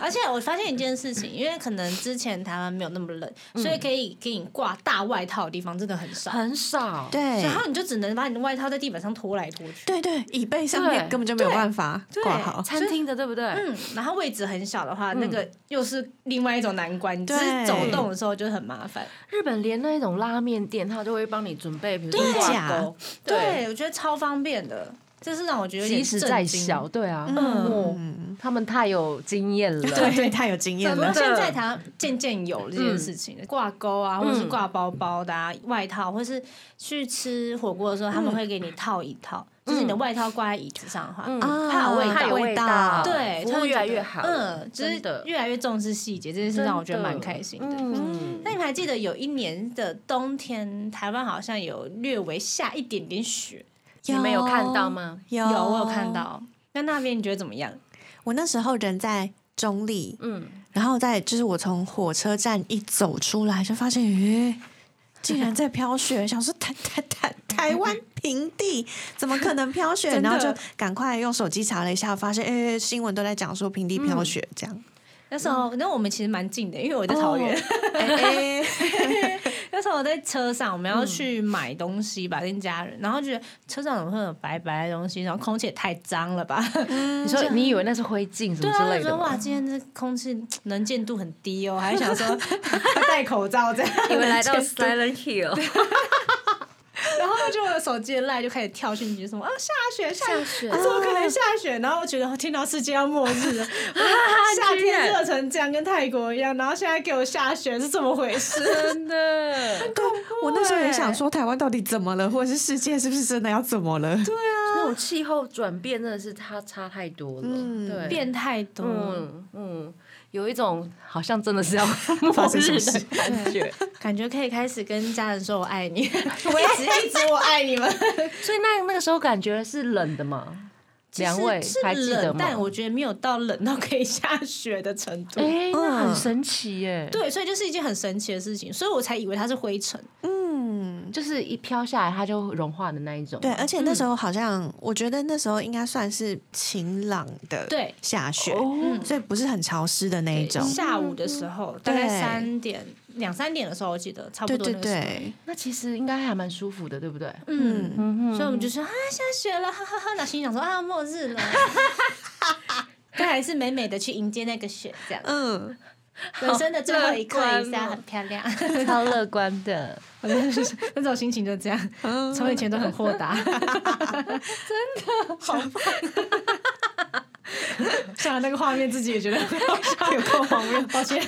S3: 而且我发现一件事情，因为可能之前台湾没有那么冷，所以可以给你挂大外套的地方真的很 少，
S2: 很少。
S4: 对
S3: 然后你就只能把你的外套在地板上拖来拖去。
S4: 对对，椅背上面
S2: 对
S4: 根本就没有办法挂好，
S2: 餐厅的对不对？
S3: 嗯，然后位置很小的话，那个
S2: 嗯
S3: 又是另外一种难关。你只是
S4: 对
S3: 走动的时候就很麻烦。
S2: 日本连那种拉面店，他就会帮你准备，比如说
S4: 对
S2: 挂钩，
S3: 对，我觉得超方便的，这是让我觉得有
S2: 即
S3: 点
S2: 使
S3: 震
S2: 再
S3: 惊
S2: 小，。对啊，
S4: 嗯
S2: 哦他们太有经验 了。
S4: 对对，太有经验
S3: 怎么
S2: 啊
S4: 了，
S3: 现在台湾渐渐有了这件事
S2: 嗯
S3: 情？挂钩啊，或者是挂包包的、啊外套，或是去吃火锅的时候，他们会给你套一套，就是你的外套挂在椅子上的话，
S2: 嗯
S3: 怕有味道
S2: 怕有味道
S4: 道，
S3: 对，
S2: 服务
S3: 突然
S2: 越来
S3: 觉得
S2: 越好了
S3: 嗯，就是
S2: 真的
S3: 越来越重视细节，这件事
S2: 真的
S3: 让我觉得蛮开心的。
S2: 嗯，
S3: 那你们还记得有一年的冬天，台湾好像有略微下一点点雪，
S2: 你们有看到吗？
S4: 有，
S3: 有
S4: 有
S3: 我有看。到。那那边你觉得怎么样？
S4: 我那时候人在中立，
S2: 嗯，
S4: 然后在就是我从火车站一走出来，就发现，诶、竟然在 飘雪，想说台台台台湾平地怎么可能飘雪？
S3: 真的
S4: 然后就赶快用手机查了一下，发现，诶、新闻都在讲说平地飘雪
S3: 嗯
S4: 这 样。
S3: 那时候，那我们其实蛮近的，因为我在桃园。
S2: 哦
S4: 诶
S3: 那时候我在车上，我们
S2: 嗯
S3: 要去买东西吧，跟家人，然后觉得车上怎么会有白白的东西，然后空气也太脏了吧？
S2: 你说你以为那是灰烬什
S3: 对
S2: 么
S3: 啊，
S2: 嗯之
S3: 就
S2: 类
S3: 说
S2: 的吗？
S3: 哇，今天这空气能见度很低哦，还想 说要戴口罩这样。
S2: 以为 来到 Silent Hill。
S3: 然后就我手机的赖就开始跳进去，什么啊下雪下
S2: 下雪
S3: 啊怎么可能下雪？然后我觉得听到世界要末日 了，夏天热成这样，跟泰国一样，然后现在给我下雪是怎么回事？
S2: 真的，
S4: 对，我那时候也想说，台湾到底怎么了，或者是世界是不是真的要怎么了？
S2: 那种气候转变真的是它差太多了，
S4: 嗯
S2: 对，
S3: 变太多了，
S2: 嗯嗯，有一种好像真的是要
S4: 发
S2: 末
S4: 生什么
S2: 日
S4: 事
S2: 的感觉。
S3: 感觉可以开始跟家人说我爱 你，我一直一直我爱你们。
S2: 所以那那个时候感觉是冷的嘛， 两位
S3: 是
S2: 还记得吗？
S3: 冷，但我觉得没有到冷到可以下雪的程度。
S2: 哎，那很
S4: 嗯
S2: 神奇耶，，
S3: 对，所以就是一件很神奇的事情，所以我才以为它是灰尘。
S4: 嗯，
S2: 就是一飘下来它就融化的那一种，
S4: 对，而且那时候好像，我觉得那时候应该算是晴朗的
S3: 对
S4: 下雪，
S2: 哦，
S4: 所以不是很潮湿的那一种。
S3: 下午的时候，大概
S4: 对
S3: 三点两三点的时候，我记得差不
S4: 对
S3: 多那
S4: 对
S3: 个时候。
S4: 对，
S2: 那其实应该还蛮舒服的，对不对？
S3: 嗯，
S2: 嗯
S3: 所以我们就说啊，下雪了，哈哈哈。那心想说啊， 末日了，但还是美美的去迎接那个雪，这样。
S4: 嗯，
S3: 人生的最后一刻
S6: 乐观
S3: 一下
S6: 哦
S3: 很漂亮，
S2: 超乐观的。
S3: 我就是那种心情就这样，从以前都很豁达，真的好棒。想了那个画面，自己也觉得很好 笑有够荒谬。抱 歉，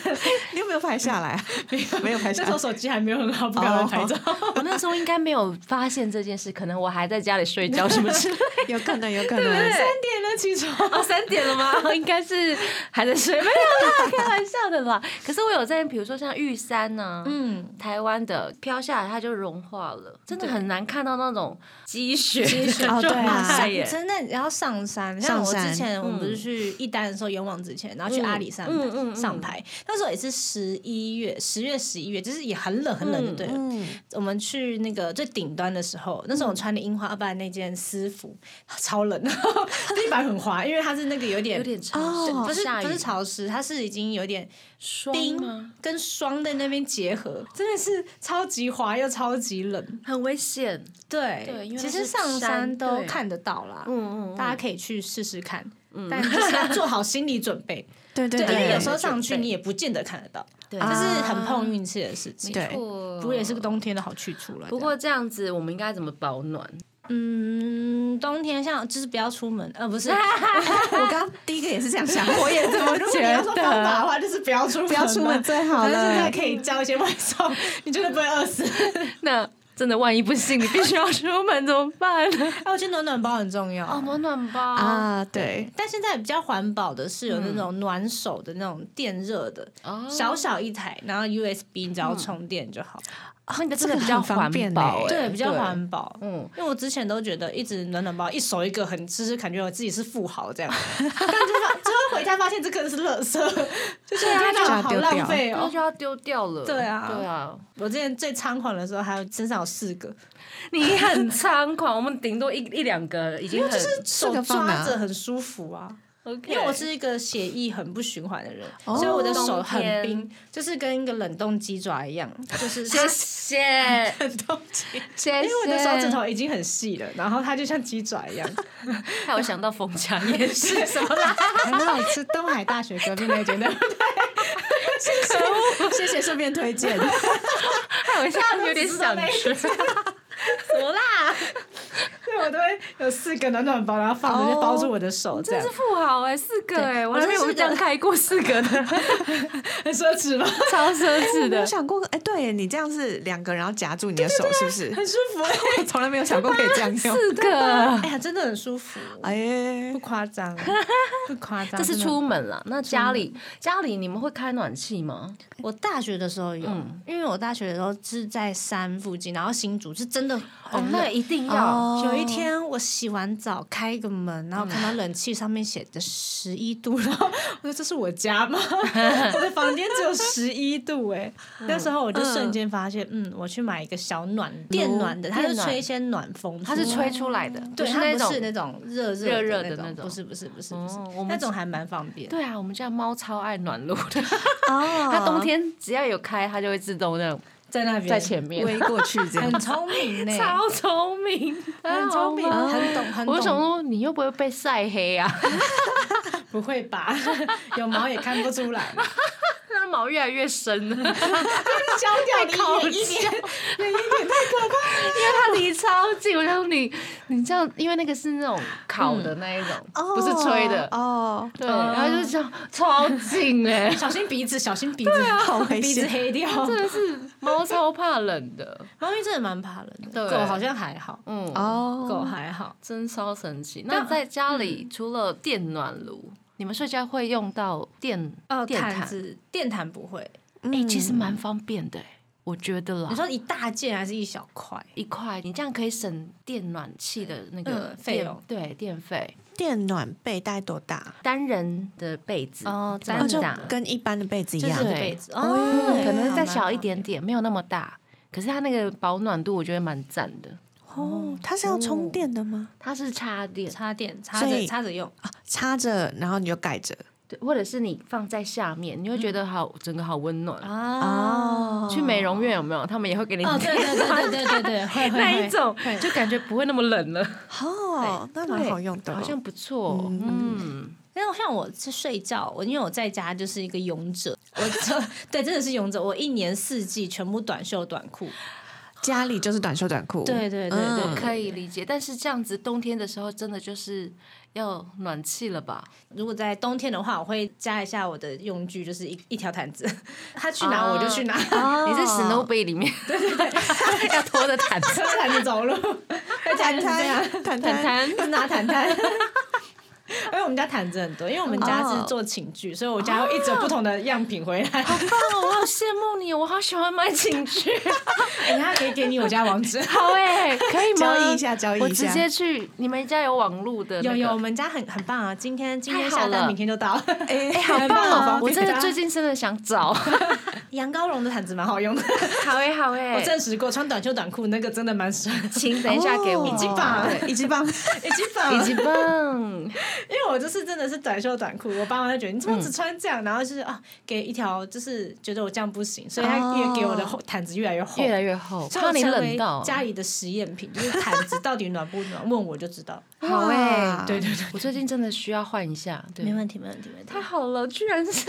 S4: 你有没有拍下来啊？ 没有拍下
S3: 那
S4: 来哦
S3: 时候。手机还没有很好，不敢乱拍照。
S2: 我那时候应该没有发现这件事，可能我还在家里睡觉什么之类的。
S4: 有可能，有可能。
S3: 三点了起床，
S2: 哦，三点了吗？应该是还在睡，没有啦，开玩笑的啦。可是我有在，比如说像玉山呢、
S3: 嗯，
S2: 台湾的飘下来，它就融化了，真的很难看到那种积雪
S3: 积 雪
S2: 的
S4: 哦对
S2: 状
S4: 啊
S2: 态耶。
S3: 真的你要上山。像
S4: 上
S3: 我
S4: 山
S3: 之前，我们不是去一丹的时候，勇往直前，然后去阿里山
S2: 嗯嗯嗯嗯
S3: 上排，那时候也是十一月、十月、十一月，就是也很冷很冷，就对了。
S4: 嗯，
S3: 我们去那个最顶端的时候，那时候我穿的樱花阿爸那件私服，超冷， 地板很滑，因为它是那个有点
S2: 有点潮湿，
S4: 哦
S3: 不是
S2: 下雨
S3: 不是潮湿，它是已经有点
S2: 霜
S3: 冰
S2: 吗？
S3: 跟霜在那边结合，真的是超级滑又超级冷。
S2: 很危险。
S3: 对，
S2: 对因为
S3: 其
S2: 它
S3: 实
S2: 是
S3: 上
S2: 山
S3: 山都
S2: 对
S3: 看得到啦，
S2: 嗯嗯
S3: 大家可以去试试看，但就是要做好心理准 备。
S4: 对对
S3: 因为有时候
S2: 对
S3: 上去
S2: 准备
S3: 你也不见得看得到，
S2: 对，
S3: 这
S2: 就是是
S4: 啊
S3: 很碰运气的事情。
S4: 对
S3: 不过也是个冬天的好去处了。
S2: 不
S3: 这样
S2: 过这样子，我们应该怎么保暖？
S3: 嗯，冬天像就是不要出门，呃，不是，
S4: 我刚刚第一个也是这 样想，
S3: 我也这么
S4: 觉得
S3: 方法的话，就是不要出门，
S4: 不要出门。最好
S3: 反正现在。
S4: 了
S3: 可以交一些外 送，你绝对不会饿死。
S2: 那真的万一不幸，你必须要出门怎么办？
S3: 哎，我觉得暖暖包很重要。
S2: 哦，暖暖包
S3: 嗯
S4: 啊，对，
S3: 但现在比较环保的是有那种暖手的那种电热的，
S2: 哦
S3: 小小一台，然后 USB 你只要充电就好，
S2: 那个真啊的
S4: 这个
S2: 比较
S4: 很方
S2: 环
S4: 便
S2: 保、
S4: 欸
S2: 欸，
S3: 对，比较环保。
S2: 嗯，
S3: 因为我之前都觉得一直暖暖包一手一个很吃吃，感觉我自己是富豪这样，但就发最后回家发现这个是垃圾，就是我觉得好浪费
S2: 那
S3: 哦
S2: 就。要丢掉了。
S3: 对啊
S2: 对啊，
S3: 我之前最猖狂的时候，还有身上有四个，
S2: 你很猖狂，我们顶多一一两个已经很
S4: 四
S3: 手
S4: 个放哪
S3: 抓着很舒服啊。
S2: OK，
S3: 因为我是一个血液很不循环的人，
S4: 哦
S3: 所以我的手很
S2: 冬
S3: 冰
S2: 天，
S3: 就是跟一个冷冻鸡爪一样，就是它
S2: 谢谢
S3: 冷冻鸡。
S2: 谢谢，
S3: 因为我的手指头已经很细了，然后它就像鸡爪一样。
S2: 害我想到冯家也是什么
S3: 很好吃，东海大学隔壁那间的。
S4: 谢谢顺便推荐。
S2: 害我现在 有点想吃， 什么啦？
S3: 对，我都会有四个暖暖包，然后放着就包住哦我的手，这
S2: 真
S3: 样
S2: 是富豪哎，四个哎，我还没
S3: 我真
S2: 有
S3: 是
S2: 这样开过四个的，
S3: 很奢侈吧？
S2: 超奢侈
S4: 没
S2: 的
S4: 有。想过，哎，对耶你这样是两个，然后夹住你的手，是不是？
S3: 很舒服欸，
S4: 我从来没有想过可以这样用。
S2: 四个，
S3: 哎呀，真的很舒服，
S4: 哎
S3: 不，夸 张，不夸张。
S2: 这是
S3: 真的
S2: 出门了。那家里家里你们会开暖气吗？
S3: 我大学的时候有，因为我大学的时候是在山附近，然后新竹是真的
S2: 哦
S3: 很，冷。
S2: 那一定要。
S3: 有一天我洗完澡开个门，然后看到冷气上面写着十一度，然后我说这是我 家吗？我的房间只有十一度哎、
S2: 嗯
S3: 那时候我就瞬间发现，嗯，我去买一个小暖电暖的，它是
S2: 电暖
S3: 吹一些暖风，
S2: 它是。吹出来的，
S3: 嗯对，
S2: 不
S3: 它
S2: 那
S3: 不
S2: 种。
S3: 是那种热
S2: 热热
S3: 的
S2: 的那
S3: 种，
S2: 种
S3: 不是不是不是不是
S2: 哦我，们
S3: 那种还蛮方便。
S2: 对啊，我们家猫超爱暖炉的，
S4: 哦
S2: 它冬天只要有开，它就会自动那种
S3: 在那边
S2: 在前面，
S4: 微过去这样
S3: 很。聪明呢，
S2: 超聪明，
S3: 很聪明，
S2: 还好吧啊
S3: 很懂，很懂。
S2: 我想说，你又不会被晒黑啊？
S3: 不会吧？ 有毛也看不出来，
S2: 它的毛越来越深 了，因为
S3: 消掉的一点 一点，
S2: 它离超近。我想说你，你这样，因为那个是那种烤的那一种，
S3: 嗯
S2: 不是吹的。
S4: 哦，
S2: 对，然后就这样超近哎、
S3: 小心鼻子，小心鼻子，
S4: 好危
S3: 鼻子
S4: 险。
S3: 黑掉。
S2: 真的是猫超怕冷的，
S3: 猫咪真的蛮怕人的，
S2: 对
S3: 狗好像还好，
S2: 嗯，
S3: 狗
S4: 哦，
S3: 还好。
S2: 真超神奇。那在家
S3: 嗯
S2: 里除了电暖炉，你们睡觉会用到电
S3: 哦，
S2: 电
S3: 毯
S2: 毯？
S3: 子电毯不会，
S2: 哎、
S4: 嗯
S2: 其实蛮方便的、哎，我觉得啦
S3: 你。说一大件还是一小块？
S2: 一块，你这样可以省电暖气的那个
S3: 嗯费
S2: 电
S3: 用，
S2: 对电费。
S4: 电暖被带多大？
S2: 单人的被子
S3: 哦
S2: 这
S3: 单
S2: 么
S3: 人
S4: 哦，就
S2: 大，
S4: 跟一般的被子一
S3: 就是
S4: 样。
S3: 被子哦
S2: 对，可能再小一点点，没有那么大。可是它那个保暖度，我觉得蛮赞的。
S3: 嗯
S4: 哦，它是要充电的吗？
S2: 它是插电，
S3: 插电，插
S4: 所
S3: 着
S4: 以
S3: 插着用，
S4: 啊，插着，然后你就盖着。
S2: 对，或者是你放在下面，你会
S3: 嗯
S2: 觉得好，整个好温暖。
S4: 哦，
S2: 去美容院有没有？他们也会给你
S3: 哦，对对对对对对对，会 会
S2: 那一种
S3: 会，
S2: 就感觉不会那么冷了，
S4: 哦，那蛮好用的哦。
S2: 好像不错。嗯，
S3: 但是像我是睡觉，我因为我在家就是一个勇者，我对真的是勇者，我一年四季全部短袖短裤。
S4: 家里就是短袖短裤，
S3: 对对对对
S4: 嗯
S3: 对
S2: 可以理解，但是这样子冬天的时候，真的就是要暖气了吧？
S3: 如果在冬天的话，我会加一下我的用具，就是一一条毯子， 他去哪我就去哪，
S2: 你在 snow bay 里面，对对对，要拖着毯子
S3: 车毯子走路，在家就是 这样，
S2: 毯
S4: 毯毯毯，
S2: 毯。
S3: 就是拿毯毯。因为我们家毯子很多，因为我们家是做寝具，所以我家会一直有不同的样品回来。
S2: 好棒哦！我好羡慕你，我好喜欢买寝具。
S3: 哎，他可以给你我家网址。
S2: 好哎、可以吗？
S4: 交易一下交易一下
S2: 我直接去你们家有网路的、那
S3: 有
S2: 个
S3: 有，我们家很很棒啊！今天今
S2: 太
S3: 天
S2: 好
S3: 下
S2: 了
S3: 单，明天就到。
S4: 哎，
S3: 好
S2: 棒
S3: 棒
S2: 哦
S3: 好方便
S2: 我真的
S3: 啊
S2: 最近真的想找。
S3: 羊羔绒的毯子蛮好欸用的，
S2: 好哎、好哎、
S3: 我证实过，穿短袖短裤那个真的蛮省。
S2: 请等一下给我。
S4: 哦
S3: 一级棒，
S4: 一级棒，
S3: 一级棒，
S2: 以及棒，
S3: 因为我就是真的是短袖短裤，我爸妈就觉得你怎
S2: 嗯
S3: 么只穿这样，然后就是啊，给一条就是觉得我这样不行，所以他越给我的厚毯子越来越厚，
S2: 哦越来越厚，
S3: 所以我
S2: 怕你
S3: 成
S2: 冷
S3: 为
S2: 到。
S3: 家里的实验品，就是毯子到底暖不暖，问我就知道。
S2: 好哎、
S4: 哇
S2: 对对对，我最近真的需要换一下。对，
S3: 没问题，没问题，没问题
S2: 太。好了，居然是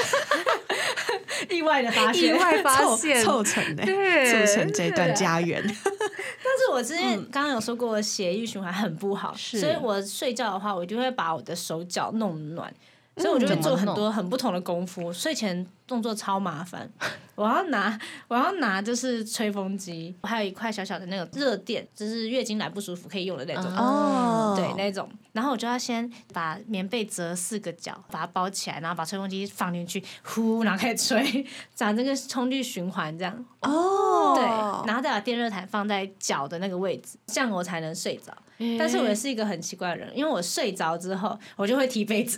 S3: 意外的发现，
S2: 意外 发
S4: 凑
S2: 现
S4: 凑成的，
S2: 对
S4: 凑成这段家园，
S3: 但是我之前刚刚有说过，我血液循环很不好，
S2: 嗯是
S3: 所以我睡觉的话，我就会把我的手脚弄暖。所以我就会
S2: 嗯
S3: 做很
S2: 怎么
S3: 多很不同的功夫，睡前动作超麻烦。我要拿， 我要拿就是吹风机，我还有一块小小的那个热垫，就是月经来不舒服可以用的那种。
S4: 哦
S3: 对，那种，然后我就要先把棉被折四个角，把它包起来，然后把吹风机放进去，呼，然后开始吹，长这个冲力循环这样。
S4: 哦
S3: 对，然后再把电热毯放在脚的那个位置，这样我才能睡着。但是我也是一个很奇怪的人，因为我睡着之后，我就会踢被 子，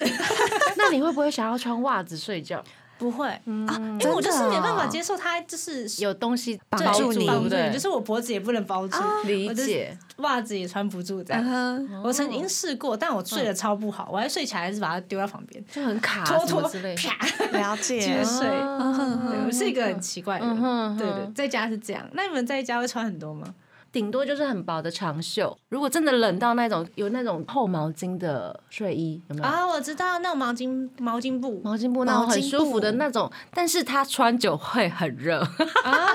S2: 那你会不会想要穿袜子睡觉？
S3: 不会，
S2: 嗯，
S3: 因为我就是没办法
S4: 真的哦
S3: 接受它就是
S2: 有东西
S4: 绑
S3: 对
S2: 包
S4: 住你
S3: 绑
S2: 对
S3: 住
S2: 不对？
S3: 就是我脖子也不能包住，
S2: 理
S3: 我就是
S2: 解，
S3: 袜子也穿不住这
S4: 啊嗯
S3: 样。
S4: 哼嗯
S3: 我曾经试过，但我睡得超不好，我还睡起来还是把它丢到房边，
S4: 哦
S2: 就很卡啊
S3: 拖
S2: 什么
S3: 拖
S2: 之类的。
S3: 啪
S4: 了
S3: 接
S4: 解，
S3: 睡。
S2: 啊
S3: 对，我是一个很奇怪的
S2: 嗯哼
S3: 人，对对
S2: 哼，
S3: 在家是这样。那你们在家会穿很多吗？
S2: 顶多就是很薄的长袖。如果真的冷到那种有那种厚毛巾的睡衣，有没有？
S3: 啊，我知道那种毛巾毛巾布
S2: 毛巾布那种
S4: 毛巾
S2: 很舒服的
S4: 布
S2: 那种，但是它穿久会很热。
S3: 啊，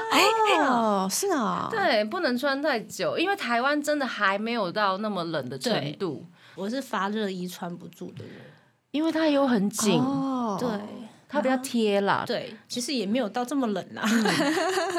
S4: 哦，是啊，
S2: 对，不能穿太久，因为台湾真的还没有到那么冷的程
S3: 对
S2: 度，
S3: 我是发热衣穿不住的人。
S2: 因为它有很紧，
S4: 哦，
S3: 对
S2: 它比较贴啦。
S3: 对，其实也没有到这么冷啦。
S2: 嗯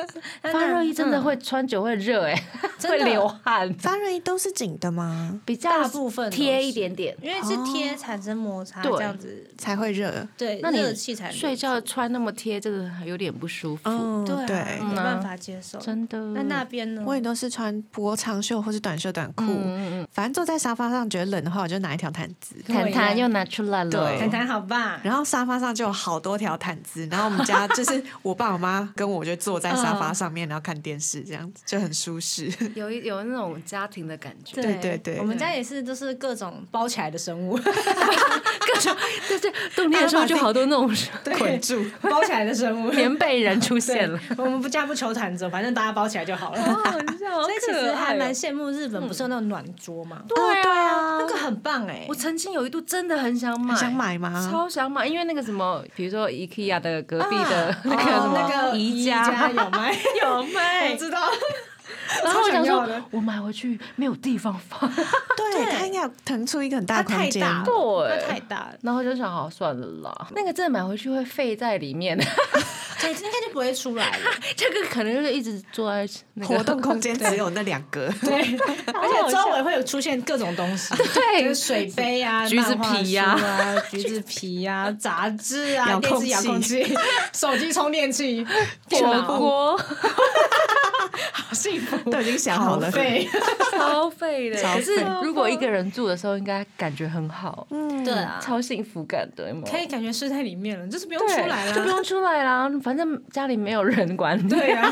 S3: 但
S2: 发热衣真的
S3: 嗯
S2: 会穿久会热哎、欸，
S3: 真
S2: 会
S3: 的
S2: 流汗，
S4: 发热衣都是紧的吗？
S2: 比较
S3: 大部分都
S2: 贴一
S3: 是，
S2: 点点。
S3: 因为是贴产生摩擦
S2: 哦对
S3: 这样子，
S4: 才会热，
S3: 对，
S2: 那你
S3: 热气才
S2: 睡觉嗯穿那么贴，真的有点不舒服，
S4: 嗯，
S3: 对啊
S4: 对，
S3: 没
S2: 啊
S3: 办法接受。
S2: 真的。
S3: 那那边呢？
S4: 我也都是穿薄长袖或是短袖短裤，
S2: 嗯嗯
S4: 反正坐在沙发上觉得冷的话，我就拿一条毯子，
S2: 嗯，谈
S3: 跟我
S2: 谈
S3: 一样
S2: 又拿出来了
S4: 对，
S3: 谈谈好吧。
S4: 然后沙发上就有好多条毯子，然后我们家就是我爸我妈跟我就坐在沙发上面，然后看电视，这样子就很舒适。
S2: 有一有那种家庭的感 觉，
S4: 对对对
S3: 我们家也是，就是各种包起来的生 物，
S2: 各种对对，冬天的时候就好多那种
S4: 捆住，
S3: 包起来的生 物。
S2: 棉被人出
S3: 对
S2: 现了。，
S3: 我们不家不求毯子，反正大家包起来就好
S2: 哦
S3: 了。
S2: 所
S3: 所以其实还蛮羡慕日本，不是有那种暖桌吗？
S2: 哦对啊，
S3: 那个很棒哎
S2: 我。曾经有一度真的很想买，
S4: 想买
S3: 啊
S4: 吗？
S2: 超想买，因为那个什么，比如说 IKEA 的隔壁的那个什
S3: 哦
S2: 么
S3: 那个
S2: 宜
S3: 家
S2: 家，
S3: 有卖，
S2: 有卖
S3: 我知道。
S2: 然后我想
S3: 超想要
S2: 说
S3: 的，
S2: 我买回去没有地方放，
S3: 对
S4: 对，它应该有腾出一个很大
S3: 它
S4: 的空
S3: 太
S4: 间。
S3: 大了，
S2: 对
S3: 它太大了，
S2: 然后就想好算了啦，那个真的买回去会废在里 面，
S3: 所以应该就不会出来了。
S2: 这个可能就是一直坐在那个
S4: 活动空间只有那两个，
S3: 对，而
S2: 好
S3: 且
S2: 笑
S3: 周围会有出现各种东西，
S2: 对
S3: 就是水杯啊、
S2: 橘子皮呀
S3: 漫画书啊、橘子皮呀、杂志啊、
S4: 遥
S3: 电
S4: 控器
S3: 视遥控器、手机充电器、电
S2: 火
S3: 脑，
S2: 锅
S3: 好幸福，
S4: 都已经想好了
S3: 好废。
S2: 超废的。
S4: 超
S2: 可
S4: 废
S2: 是如果一个人住的时候，应该感觉很好，
S4: 嗯，
S3: 对啊，
S2: 超幸福感的，有没有
S3: 可以感觉睡在里面了，就是不用
S2: 对
S3: 出来
S2: 就不
S3: 了。
S2: 用出来啦，反正家里没有人管你。
S3: 对啊，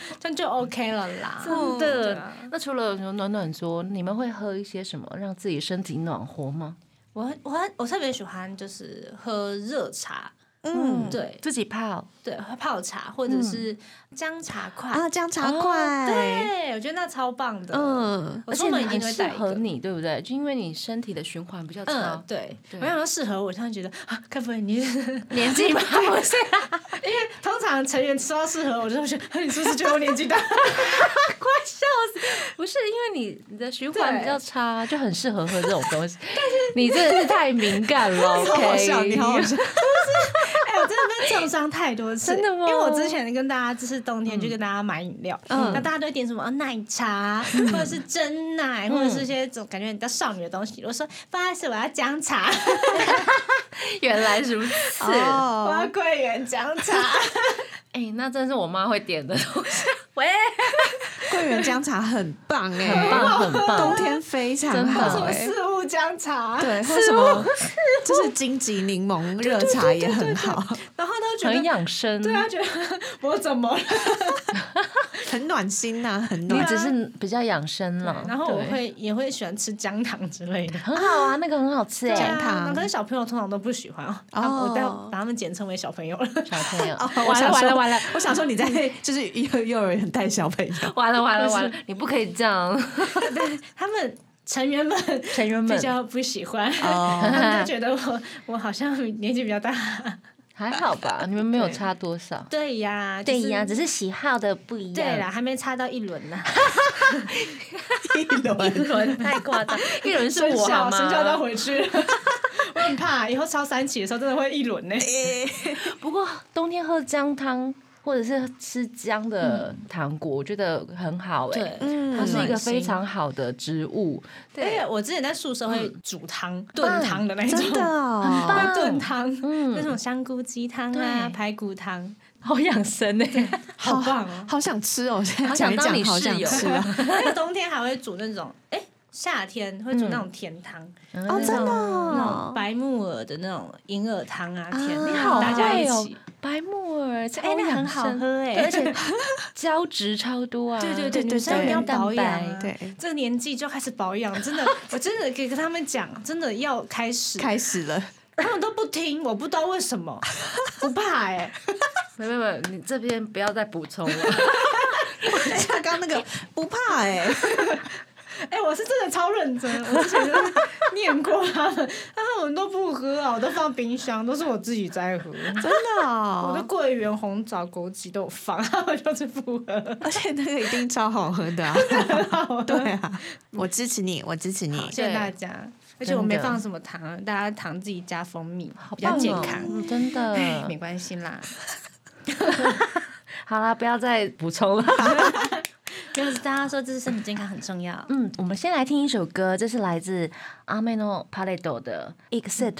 S3: 这样就 OK 了啦。
S2: 真
S3: 对
S2: 的
S3: 啊。
S2: 那除了暖暖桌，你们会喝一些什么让自己身体暖和吗？
S3: 我很我很我特别喜欢就是喝热茶，
S4: 嗯
S3: 对
S2: 自己泡，
S3: 对，泡茶或者是
S2: 嗯
S3: 姜茶块。
S4: 啊，这样茶
S3: 哦
S4: 块，，
S3: 对，我觉得那超棒的。
S4: 嗯，
S3: 我
S2: 而
S3: 出
S2: 且
S3: 门一
S2: 很
S3: 定会
S2: 适
S3: 带一
S2: 合
S3: 个。
S2: 你，对不对？就因为你身体的循环比较
S3: 嗯
S2: 差，，
S3: 对，
S2: 对
S3: 我想说适合我，突然觉得啊，该不会你
S2: 年纪 嘛，不是
S3: 通常成员说到适合我，就会觉得啊你是不是觉得我年纪大？
S2: 不是因为你你的循环
S3: 对
S2: 比较差，就很适合喝这种东西。 但是你真的是太敏感 了
S4: 好好笑，你好好
S2: ，OK？
S4: 笑，
S3: 哎、我真的被重伤太多次，
S2: 真的吗嗯
S3: 因为我之前跟大家就是冬天就跟大家买饮料，那大家都会点什么、啊奶茶，
S2: 嗯
S3: 或者是真奶，或者是一些种感觉比较少女的东西。我说不好意思，我要姜茶，
S2: 原来如此。
S3: 我要
S4: 哦，
S3: 桂圆姜 茶。
S2: 哎、那真是我妈会点的东 西，
S4: 桂圆姜茶很棒哎，
S2: 很棒很
S4: 冬
S2: 棒。
S4: 天非常
S2: 真的
S4: 好
S3: 什么
S4: 哎、
S3: 四物姜茶，
S4: 对，或什么就是荆棘柠檬热茶也很好，
S3: 然后都觉
S2: 很
S3: 得，
S2: 养生，
S3: 对啊，觉得我怎么了？
S4: 很暖心呐、很
S2: 你
S4: 暖。
S2: 只是比较养生了。
S3: 然后我
S2: 啊对
S3: 会也会喜欢吃姜糖之类 的。
S2: 很好啊，那个很好吃
S3: 对
S2: 哎，
S3: 啊，可是小朋友通常都不喜欢哦，他我带把他们简称为小朋友了。
S2: 哎小朋 友。
S4: 哦，我
S2: 完
S4: 想
S2: 了完了
S4: 说，
S2: 完了
S4: 我想说你在就是幼幼儿园带小朋友，
S2: 完了完了完了，你不可以这样，
S3: 他们成员们
S2: 成员们
S3: 比较不喜欢，
S4: 哦
S3: 他们就觉得我我好像年纪比较大。
S2: 还好吧？你们没有差多少。
S3: 对呀，就
S2: 对
S3: 是
S2: 呀，只是喜好的不一样。
S3: 对啦，，还没插到一轮呢，
S4: 一 轮
S2: 太夸张，一轮是
S3: 生
S2: 我好
S3: 效生效到
S2: 吗？
S3: 回去， 我很怕以后超三期的时候真的会一轮呢。
S2: 不过冬天喝姜汤或者是吃姜的糖果，我觉得很好哎、
S3: 嗯对
S2: 它
S4: 嗯
S2: 是一个
S3: 暖心
S2: 非常好的植物，
S3: 而且我之前在宿舍会煮汤、炖汤的那一种，
S4: 真的、哦，
S3: 会炖汤，
S2: 嗯
S3: 那种香菇鸡汤啊、排骨汤，
S2: 好养生哎、
S3: 好棒 哦！
S4: 好想吃哦！现在
S2: 好想
S4: 讲一
S2: 当你
S4: 讲，好
S2: 室
S4: 想
S2: 友
S4: 吃哦！
S3: 那个冬天还会煮那种，哎、夏天会煮那
S2: 嗯
S3: 种甜汤，
S2: 哦
S4: 真的
S3: 那种
S4: 哦、
S3: 白木耳的那种银耳汤啊，甜
S4: 啊
S3: 的，
S4: 你好
S3: 大家一
S2: 会哦
S3: 起，
S2: 白木耳，
S3: 哎、
S2: 超
S3: 那
S2: 养
S3: 很好
S2: 生，
S3: 喝哎、
S2: 对而 且胶质超多啊，
S3: 对对对，
S4: 对
S3: 女生一定要
S2: 对
S3: 保养、啊
S2: 蛋。
S4: 白对
S3: 这个年纪就开始保养，真的，我真的给跟他们讲，真的要开始，
S4: 开始了，
S3: 他们都不听，我不知道为什么， 不怕哎、
S2: 没有没有，你这边不要再补充 了，
S4: 像刚刚那 个不怕哎、
S3: 哎、我是真的超认真，我之前就是念过他们， 但他们都不喝啊，我都放冰箱，都是我自己在喝。
S4: 真的
S3: 我的
S4: 哦！
S3: 桂圆、红枣、枸杞都有放，他们就是不喝。
S4: 而且那个一定超好喝 的、啊，对啊，我支持你，我支持你，
S3: 谢谢大家，而且我没放什么糖，大家糖自己加蜂蜜，比较健康。
S2: 嗯真的。
S3: 哎，没关系啦，
S2: 好啦，不要再补充了。
S3: 就是大家说，这是身体健康很重要。
S2: 嗯，我们先来听一首歌，这是来自阿妹诺帕雷多的《Exit》。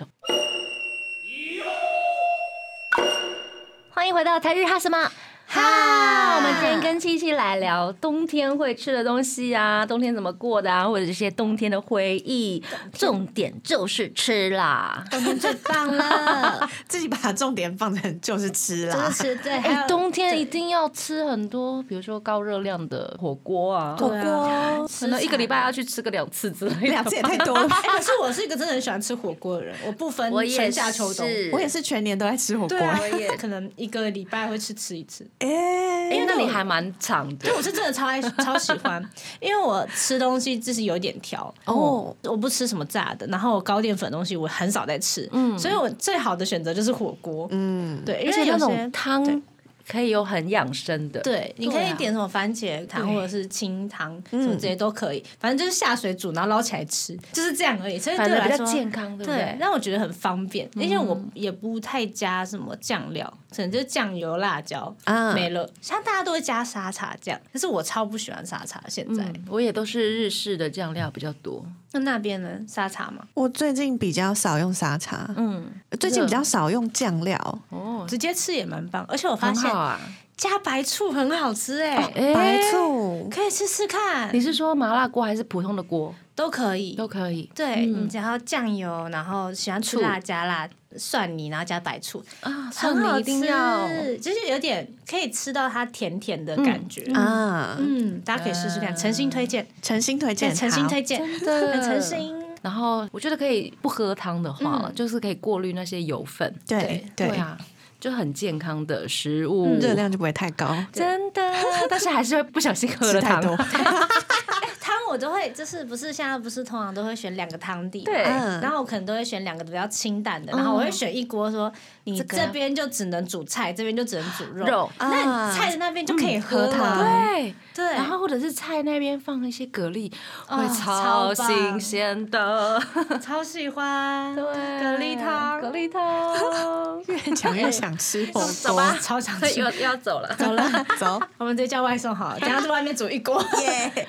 S2: 欢迎回到台日哈什么？哈，我们今天跟七七来聊冬天会吃的东西啊，冬天怎么过的啊，或者这些冬天的回忆。重点就是吃啦。
S3: 冬天最棒了，
S4: 自己把重点放成就是吃
S3: 真
S4: 啦
S3: 的。是对。还
S2: 哎，
S3: 有
S2: 冬天一定要吃很多，比如说高热量的火锅啊，
S3: 对啊，
S2: 可能一个礼拜要去吃个两次之类的。
S4: 两次也太 多了吧，
S3: 哎，可是我是一个真的很喜欢吃火锅的人，我不分
S2: 我也
S3: 春
S2: 是
S3: 夏秋冬。
S4: 我也是全年都在吃火锅
S3: 对。啊，我 也可能一个礼拜会去吃一次。
S4: 哎、
S2: 哎，那你还蛮长的
S3: 因为。我是真的超爱超喜欢，因为我吃东西就是有点挑，
S4: 哦，
S3: 我不吃什么炸的，然后我高淀粉的东西我很少在吃，所以我最好的选择就是火锅，
S4: 嗯，
S3: 对，
S2: 而
S3: 因
S2: 且
S3: 为
S2: 那
S3: 有
S2: 种
S3: 些。
S2: 汤可以有很养生的，，啊
S3: 对，你可以点什么番茄汤或者是清汤，
S2: 嗯
S3: 什么这些都可以，反正就是下水煮，然后捞起来吃，就是这样而已。所以对
S2: 反
S3: 我
S2: 正
S3: 来
S2: 比
S3: 说
S2: 较，健康，对不
S3: 对，
S2: 对？嗯
S3: 让我觉得很方便，而且我也不太加什么酱料，可能就是酱油、辣椒
S4: 啊
S3: 没了。像大家都会加沙茶酱，可是我超不喜欢沙茶。现在
S2: 嗯，我也都是日式的酱料比较多，
S3: 那那边呢？沙茶吗？
S4: 我最近比较少用沙茶，
S2: 嗯，
S4: 最近比较少用酱料，
S2: 哦，
S3: 直接吃也蛮棒，而且我发
S2: 很
S3: 现
S2: 好啊，
S3: 加白醋很好吃哎、
S2: 哎
S4: 白，醋。
S3: 可以试试看
S2: 你，是说麻辣锅还是普通的锅
S3: 都可以。
S2: 都可以？
S3: 对你只要酱油，然后喜欢吃
S2: 醋
S3: 辣加辣蒜泥，然后加白醋，
S2: 啊，蒜
S3: 很好
S2: 泥
S3: 吃
S2: 一定要，
S3: 就是有点可以吃到它甜甜的感觉。嗯
S4: 啊，
S3: 大家可以试试看，诚心推荐，
S4: 诚心推
S3: 对，
S4: 荐，
S3: 诚心
S4: 好
S3: 推荐，
S2: 真的
S3: 很诚心。
S2: 然然后我觉得可以不喝汤的话了，就是可以过滤那些油分。
S4: 对
S3: 对
S4: 对
S2: 嗯对，嗯啊，就很健康的食物，
S4: 热量就不会太高，
S2: 真 的，但是还是会不小心喝
S4: 吃
S2: 了
S4: 太
S2: 汤。
S4: 多。
S3: 哎汤我都会，就是不是现在不是通常都会选两个汤底嘛，
S2: 对
S4: 嗯
S3: 然后我可能都会选两个比较清淡的，然后我会选一锅说你
S2: 这个要
S3: 这边就只能煮菜，这边就只能煮肉，
S2: 肉
S3: 那
S4: 啊
S3: 你菜的那边就可以喝
S4: 嗯喝
S3: 了
S4: 汤
S2: 对，
S3: 对，
S2: 然后或者是菜那边放一些蛤蜊，
S3: 哦
S2: 会超
S3: 超棒
S2: 新鲜的。
S3: 超喜欢
S2: 对，
S3: 蛤蜊汤，
S2: 蛤蜊 汤。
S4: 越讲越想吃火锅，
S2: 走吧，
S3: 超想
S2: 对
S3: 吃
S2: 要要走了。
S4: 走了， 走，
S3: 我们直接叫外送 好了，等一下在外面煮一锅，
S4: 耶！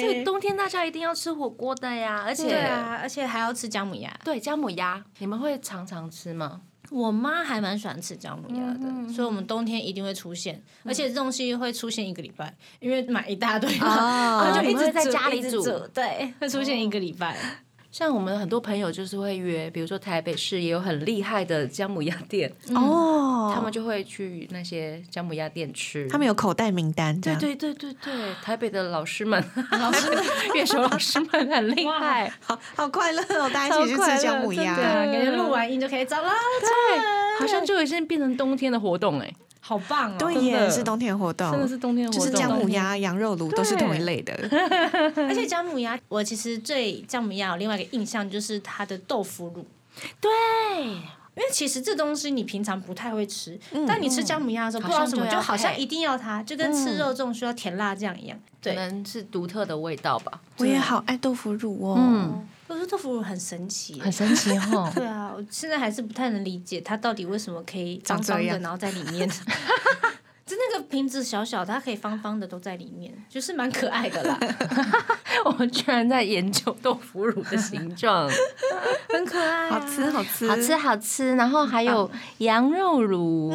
S2: 所以冬天大家一定要吃火锅的呀，而且
S3: 对啊，而且还要吃姜母鸭，
S2: 对姜母鸭，你们会常常吃吗？
S3: 我妈还蛮喜欢吃姜母鸭的，所以我们冬天一定会出现，而且这东西会出现一个礼拜，因为买一大堆嘛，然后哦就一
S2: 你们
S3: 直
S2: 会在
S3: 煮
S2: 家里
S3: 一直
S2: 煮
S3: 对，会出现一个礼拜。
S2: 像我们很多朋友就是会约，比如说台北市也有很厉害的姜母鸭店，
S4: 哦，
S2: 他们就会去那些姜母鸭店吃。
S4: 他们有口袋名单，这
S2: 对
S4: 样
S2: 对对对对，台北的老师们，老师 乐手老师们很厉害，
S4: 好好快乐哦，大家一起去吃姜母
S3: 对
S4: 鸭，
S3: 啊，感觉录完音就可以走了，
S2: 对，好像就已经变成冬天的活动哎、
S3: 好棒哦！
S4: 对
S2: 真
S4: 耶，
S2: 的
S4: 是冬天活动，
S2: 真的哦是冬天的活
S4: 就
S2: 动。
S4: 是姜母鸭、羊肉炉都是同一类的，
S3: 而
S2: 嗯
S3: 且姜母鸭，我其实对姜母鸭有另外一个印象，就是它的豆腐乳。
S2: 对，
S3: 因为其实这东西你平常不太会吃，但你吃姜母鸭的时候，不知道什么
S2: 嗯好像就
S3: 就
S2: 要
S3: 好像
S2: 配嗯
S3: 一定要它，就跟吃肉粽需要甜辣酱一样。
S2: 可
S3: 对，
S2: 能是独特的味道吧，
S4: 我也好爱豆腐乳
S2: 嗯
S4: 哦。
S3: 我觉得豆腐乳很神奇耶，
S2: 很神奇哦。
S3: 对啊，我现在还是不太能理解它到底为什么可以
S4: 长
S3: 方
S4: 这
S3: 方的，
S4: 样
S3: 然后在里面。 就那个瓶子小小的，它可以方方的都在里面，就是蛮可爱的 啦，
S2: 我们居然在研究豆腐乳的形状，
S3: 很可爱、
S4: 好吃，。好 吃，
S2: 好吃。好吃。然后还有羊肉炉，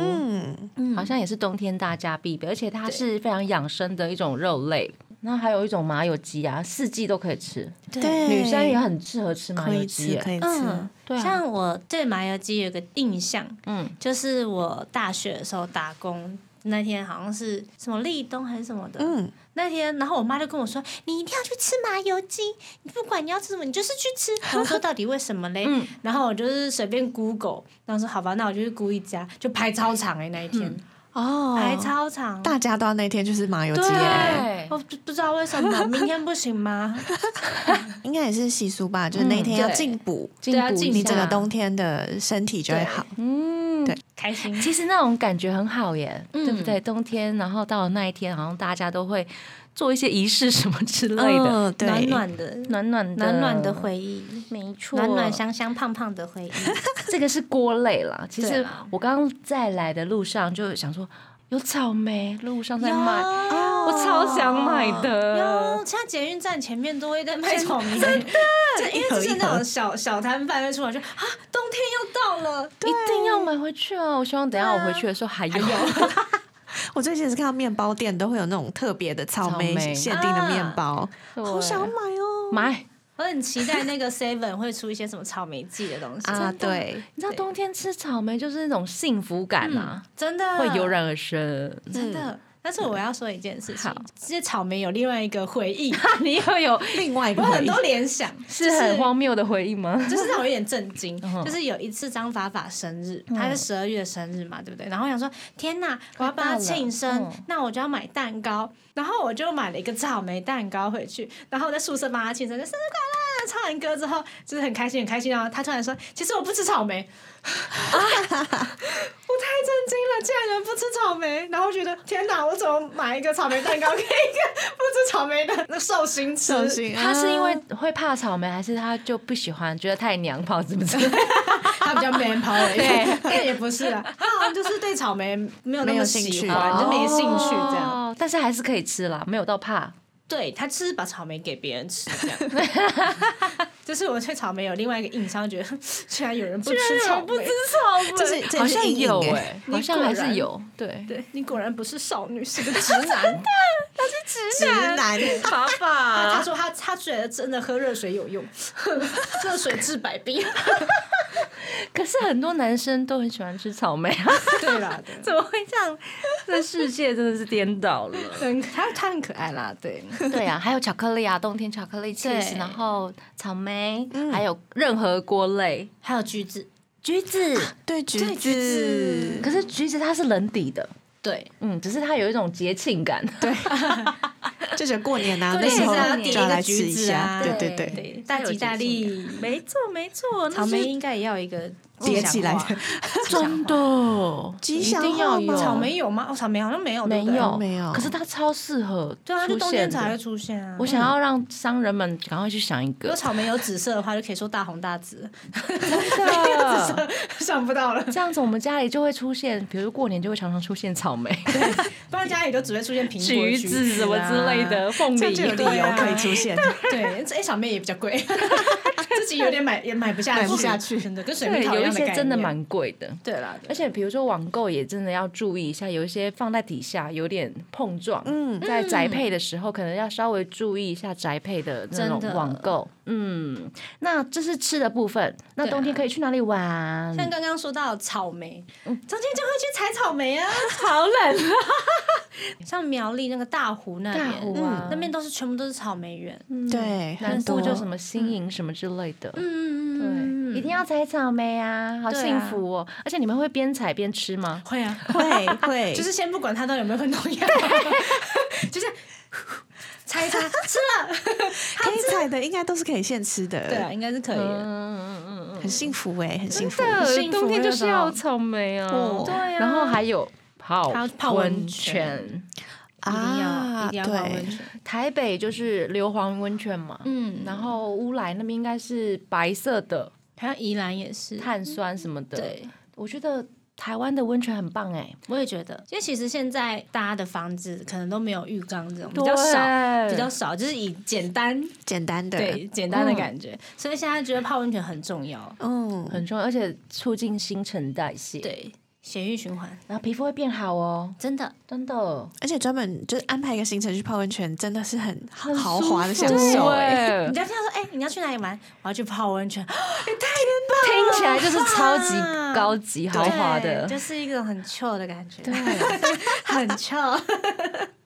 S4: 嗯，
S2: 好像也是冬天大家必备，而且它是非常养生的一种肉类。那还有一种麻油鸡啊，四季都可以吃，
S4: 对，
S2: 女生也很适合吃麻
S4: 可
S2: 油
S4: 以
S2: 鸡
S4: 吃，可
S2: 耶。
S4: 以吃
S3: 嗯。，
S2: 对啊
S3: 像我对麻油鸡有个印象，
S2: 嗯，
S3: 就是我大学的时候打工那天，好像是什么立冬还是什么的，
S4: 嗯，
S3: 那天，然后我妈就跟我说：“你一定要去吃麻油鸡，你不管你要吃什么，你就是去吃。”我说：“到底为什么嘞？”
S4: 嗯
S3: 然后我就是随便 Google，然后说：“好吧，那我就去估一家，就排超长哎、那一天、
S4: 哦，
S3: 排超长，
S4: 大家都要那天就是麻油鸡耶，
S2: 对
S3: 我不不知道为什么，明天不行吗？
S4: 应该也是习俗吧，就是那一天要
S3: 对
S4: 进补，
S3: 对啊，
S2: 嗯进
S3: 进
S4: 你整个冬天的身体就会好。
S2: 嗯
S3: 开心，
S2: 其实那种感觉很好耶，
S3: 嗯
S2: 对不对？冬天，然后到了那一天，好像大家都会做一些仪式什么之类的，
S4: 嗯对，
S3: 暖暖的，
S2: 暖暖的
S3: 暖
S4: 嗯
S3: 暖的回忆，
S2: 没错，
S3: 暖暖香香胖胖的回忆。
S2: 这个是锅类啦。其
S3: 对
S2: 实
S3: 啦
S2: 我刚刚在来的路上就想说，有草莓，路上在卖，
S4: 哦
S3: 有
S2: 我超想买的呃
S3: 有，。现在捷运站前面都会在卖草莓， 真的，因为就是那种小小摊贩会出来说啊，冬天又到 了，
S2: 一定要买回去哦！我希望等一下我回去的时候还有。
S4: 我最近也是看到面包店都会有那种特别的草莓
S2: 草莓
S4: 限定的面包，
S2: 对
S4: 好想买哦。
S2: 买
S3: 我很期待那个 Seven 会出一些什么草莓季的东西
S4: 啊，对，
S2: 你知道冬天吃草莓就是那种幸福感啊，
S3: 嗯真的
S2: 会油，然而生。
S3: 真的。但是我要说一件事情
S2: 好，
S3: 这些草莓有另外一个回忆，
S2: 你又有
S4: 另外 一
S3: 我
S4: 个
S3: 很
S4: 回忆
S3: 多联想，
S2: 是很荒谬的回忆吗？
S3: 就是让我有点震惊
S2: 嗯哼。嗯
S3: 就是有一次张法法生日，他是十二月生日嘛，对不对？然后我想说，天呐，我要帮他庆生
S2: 嗯，
S3: 那我就要买蛋糕。然后我就买了一个草莓蛋糕回去，然后我在宿舍帮他庆生，就生日快乐！唱完歌之后，就是很开心，很开心。然后他突然说：“其实我不吃 草莓。”我太震惊了，竟然有人不吃草莓，然后觉得天哪，我怎么买一个草莓蛋糕给一个不吃草莓的那寿星吃？
S4: 寿星，
S2: 他是因为会怕草莓，还是他就不喜欢，觉得太娘炮，是不是？
S3: 他比较 man power 一点， 但也不是啦，他好像就是对草莓没有那哦
S4: 没有
S3: 么
S4: 兴趣
S3: 喜欢，就没兴趣这样。
S2: 哦，但是还是可以吃啦，没有到怕。
S3: 对他就是把草莓给别人吃这样。 就是我对草莓有另外一个印象，觉得 哼居然有人不吃草莓，
S2: 草莓，
S4: 这是这
S2: 好
S4: 也是
S2: 像
S4: 阴影
S2: 有
S4: 欸
S2: 哎、
S3: 你
S2: 好像
S3: 果
S2: 还是
S3: 然
S2: 有，对，
S3: 对你果然不是少女，是 个直男。
S4: 直男，
S2: 爸
S3: 他
S2: 爸，
S3: 说他他觉得真的喝热水有用，热水治百病。
S2: 可是很多男生都很喜欢吃草莓啊，
S3: 对啦，对啦
S2: 怎么会这样？这世界真的是颠倒了。
S3: 很他他很可爱啦，对，
S2: 对啊，还有巧克力啊，冬天巧克力
S3: 对
S2: cheese，然后草莓，还有任何锅类，
S3: 还有橘子，
S2: 橘子。
S4: 对橘
S3: 对橘子
S4: 子，
S2: 可是橘子它是冷底的，
S3: 对，
S2: 嗯，只是它有一种节庆感。对
S4: 就是过年啊，
S3: 过
S4: 那
S3: 年
S4: 时候
S3: 是要点
S4: 就要
S3: 一个
S4: 来
S3: 橘
S4: 吃一
S3: 子
S4: 下，
S3: 啊
S4: 对对对，
S3: 对，大吉大利，
S2: 没错没错，
S3: 草莓应该也要一个
S4: 叠起来的
S2: 真的
S4: 吉
S2: 一
S4: 祥
S2: 定要
S4: 话
S2: 有
S4: 吗
S3: 草莓有吗？哦，草莓好像没有，对
S2: 没
S3: 不对
S2: 有
S4: 没有
S2: 可是它超适合
S3: 对啊，就
S2: 出
S3: 冬
S2: 现
S3: 天才
S2: 的
S3: 会出现啊。
S2: 我想要让商人们赶快去想一
S3: 如
S2: 个
S3: 果，草莓有紫色的话，就可以说大红大紫，
S2: 真的
S3: 想不到了，
S2: 这样子我们家里就会出现，比如说过年就会常常出现草 莓、啊
S3: 不然家里就只会出现苹果、
S2: 橘
S3: 子
S2: 子什么之类的，。凤
S4: 这
S2: 梨
S4: 样就有理
S3: 对
S4: 由
S3: 啊
S4: 可以 出现。
S3: 对，这哎小妹也比较贵，自己有点买也买不下去，
S4: 买不下去
S3: 真的跟水
S2: 对，
S3: 蜜桃
S2: 有一
S3: 样
S2: 些
S3: 概
S2: 真的
S3: 念
S2: 蛮贵的。
S3: 对啦，对
S2: 而且比如说网购也真的要注意一下，有一些放在底下有点碰撞，嗯，在宅配的时候可能要稍微注意一下宅配的那种
S3: 真的
S2: 网购，嗯，那这是吃的部分，那
S3: 对啊
S2: 冬天可以去哪里玩？
S3: 像刚刚说到草莓，中间就会去采草莓嗯 啊，
S2: 好冷，
S3: 像苗栗那个大湖那边，嗯
S2: 大湖啊
S3: 那边都是全部都是草莓园，嗯
S4: 对，
S2: 南
S4: 很
S2: 部
S4: 多
S2: 就什么新营什么之类的，
S3: 嗯
S2: 对，一定要采草莓啊，好
S3: 对啊
S2: 幸福哦！而且你们会边采边吃吗？
S3: 会啊，
S4: 会 会，
S3: 就是先不管它到底有没有很农 药，就是猜一猜吃了，
S4: 可以采的，应该都是可以现吃
S3: 对
S4: 的，
S3: 啊，应该是可以的，
S2: 嗯嗯嗯
S4: 很幸福哎，很幸福。
S3: 很幸
S2: 嗯，
S3: 福
S2: 冬天就是
S3: 那
S2: 要
S3: 种
S2: 草莓啊，
S4: 哦
S3: 对啊，
S2: 然后还有泡
S3: 还有泡温
S2: 温
S3: 泉
S2: 泉。
S3: 一定要一定要泡
S4: 啊对
S3: 温，泉，
S2: 台北就是硫磺温泉嘛，
S3: 嗯，
S2: 然后乌来那边应该是白色的
S3: 还有宜兰也是，
S2: 碳酸什么的。，
S3: 对。
S2: 我觉得台湾的温泉很棒哎、
S3: 我也觉得，因为其实现在大家的房子可能都没有浴缸这种，比
S2: 对
S3: 较少，比较少，就是以简单
S4: 简单的，
S3: 对简
S2: 嗯
S3: 单的感觉，所以现在觉得泡温泉很重要，
S4: 嗯，
S2: 很重要，而且促进新陈代谢，，
S3: 对，血液循环
S2: 然后皮肤会变好哦，
S3: 真的
S2: 真的
S4: 而且专门就是安排一个行程去泡温泉，真的是很
S2: 很舒
S4: 豪华的享
S2: 服
S4: 受
S3: 欸
S4: 哎。
S2: 哎
S3: 人，家听到说，哎、 你要去哪里玩？我要去泡温泉，
S2: 听起来就是超级高级 豪华的
S3: 对，就是一种很 chill 的感觉，
S2: 对。
S3: 很 chill。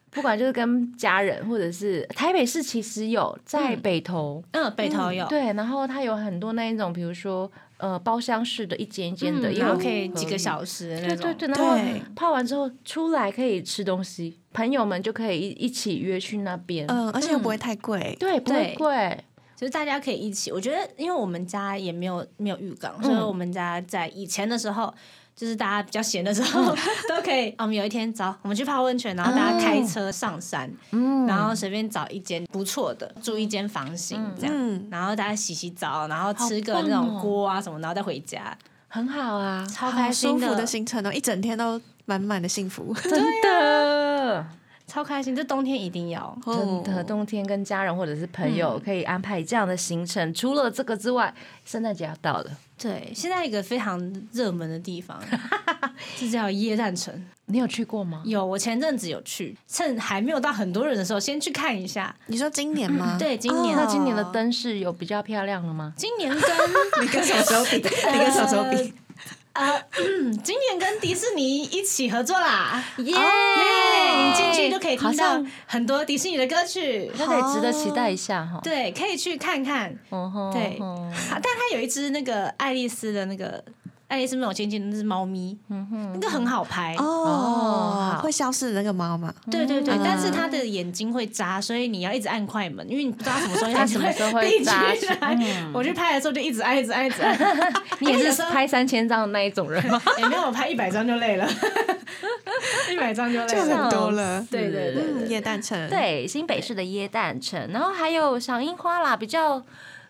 S2: 不管就是跟家人，或者是台北市，其实有在北投，
S3: 嗯，北投有，
S2: 对，然后它有很多那一种，比如说呃包厢式的，一间一间的，
S3: 嗯然后可
S2: 以
S3: 以几个小时的
S2: 嗯
S3: 那
S2: 对对
S3: 种，
S2: 对，然后
S4: 对，
S2: 泡完之后出来可以吃东西，朋友们就可以一一起约去那边，
S4: 嗯，而且又不会太贵，
S2: 对，不会
S3: 对
S2: 贵，
S3: 就是大家可以一起。我觉得，因为我们家也没有没有浴缸，所以我们家在以前的时候。就是大家比较闲的时候， 都可以。啊我们有一天早，我们去泡温泉，然后大家开车上山，然后随便找一间不错的，住一间房型这样，
S4: 嗯，
S3: 然后大家洗洗澡，然后吃个
S2: 好棒
S3: 那种
S2: 哦
S3: 锅啊什么，然后再回家，
S2: 很好啊，
S3: 超
S4: 好
S3: 开
S4: 舒
S3: 心
S4: 服
S3: 的
S4: 的，行程哦，一整天都满满的幸福。
S2: 真的。
S3: 超开心。这冬天一定要，
S2: 真
S4: 啊哦
S2: 的，冬天跟家人或者是朋友可以安排这样的行程。除了这个之外，圣诞节要到了，
S3: 对，现在一个非常热门的地方，这叫椰蛋城。
S2: 你有去过吗？
S3: 有，我前阵子有去，趁还没有到很多人的时候，先去看一下。
S4: 你说今年吗？
S3: 对，今年、
S2: 哦那今年的灯饰有比较漂亮了吗？
S3: 今年跟你跟什么时候比？
S4: 你跟什么时候比？
S3: 嗯今年跟迪士尼一起合作啦！哦
S2: 耶、
S3: 耶！你进去就可以
S2: 好
S3: 听到
S2: 像
S3: 很多迪士尼的歌曲，
S2: 那得值得期待一下哈。
S3: 对，可以去看看。
S2: 嗯哼，
S3: 对
S2: 嗯哼
S3: 啊但它有一只那个爱丽丝的那个爱丽丝没有亲亲那只猫咪，那个很好拍。
S4: 哦
S2: 好，
S4: 会消失的那个猫吗？
S3: 对对
S2: 嗯
S3: 对，但是它的眼睛会扎，所以你要一直按快门，因为你不知道它什 么时候
S2: 它什么时候会
S3: 闭起
S2: 扎
S3: 来。我去拍的时候就一直按，一直按，一直按。
S2: 嗯
S3: 哎
S2: 你也
S3: 有
S2: 是
S3: 时候
S2: 拍三千张的那一种人吗？
S3: 也、没有，我拍一百张就累了， 一百张就累
S4: 就
S3: 了。
S4: 很多
S2: 哦
S4: 了。
S3: 对对对对
S4: 嗯，
S3: 对
S4: 椰蛋城，，
S2: 对，新北市的椰蛋城，然后还有赏樱花啦，比较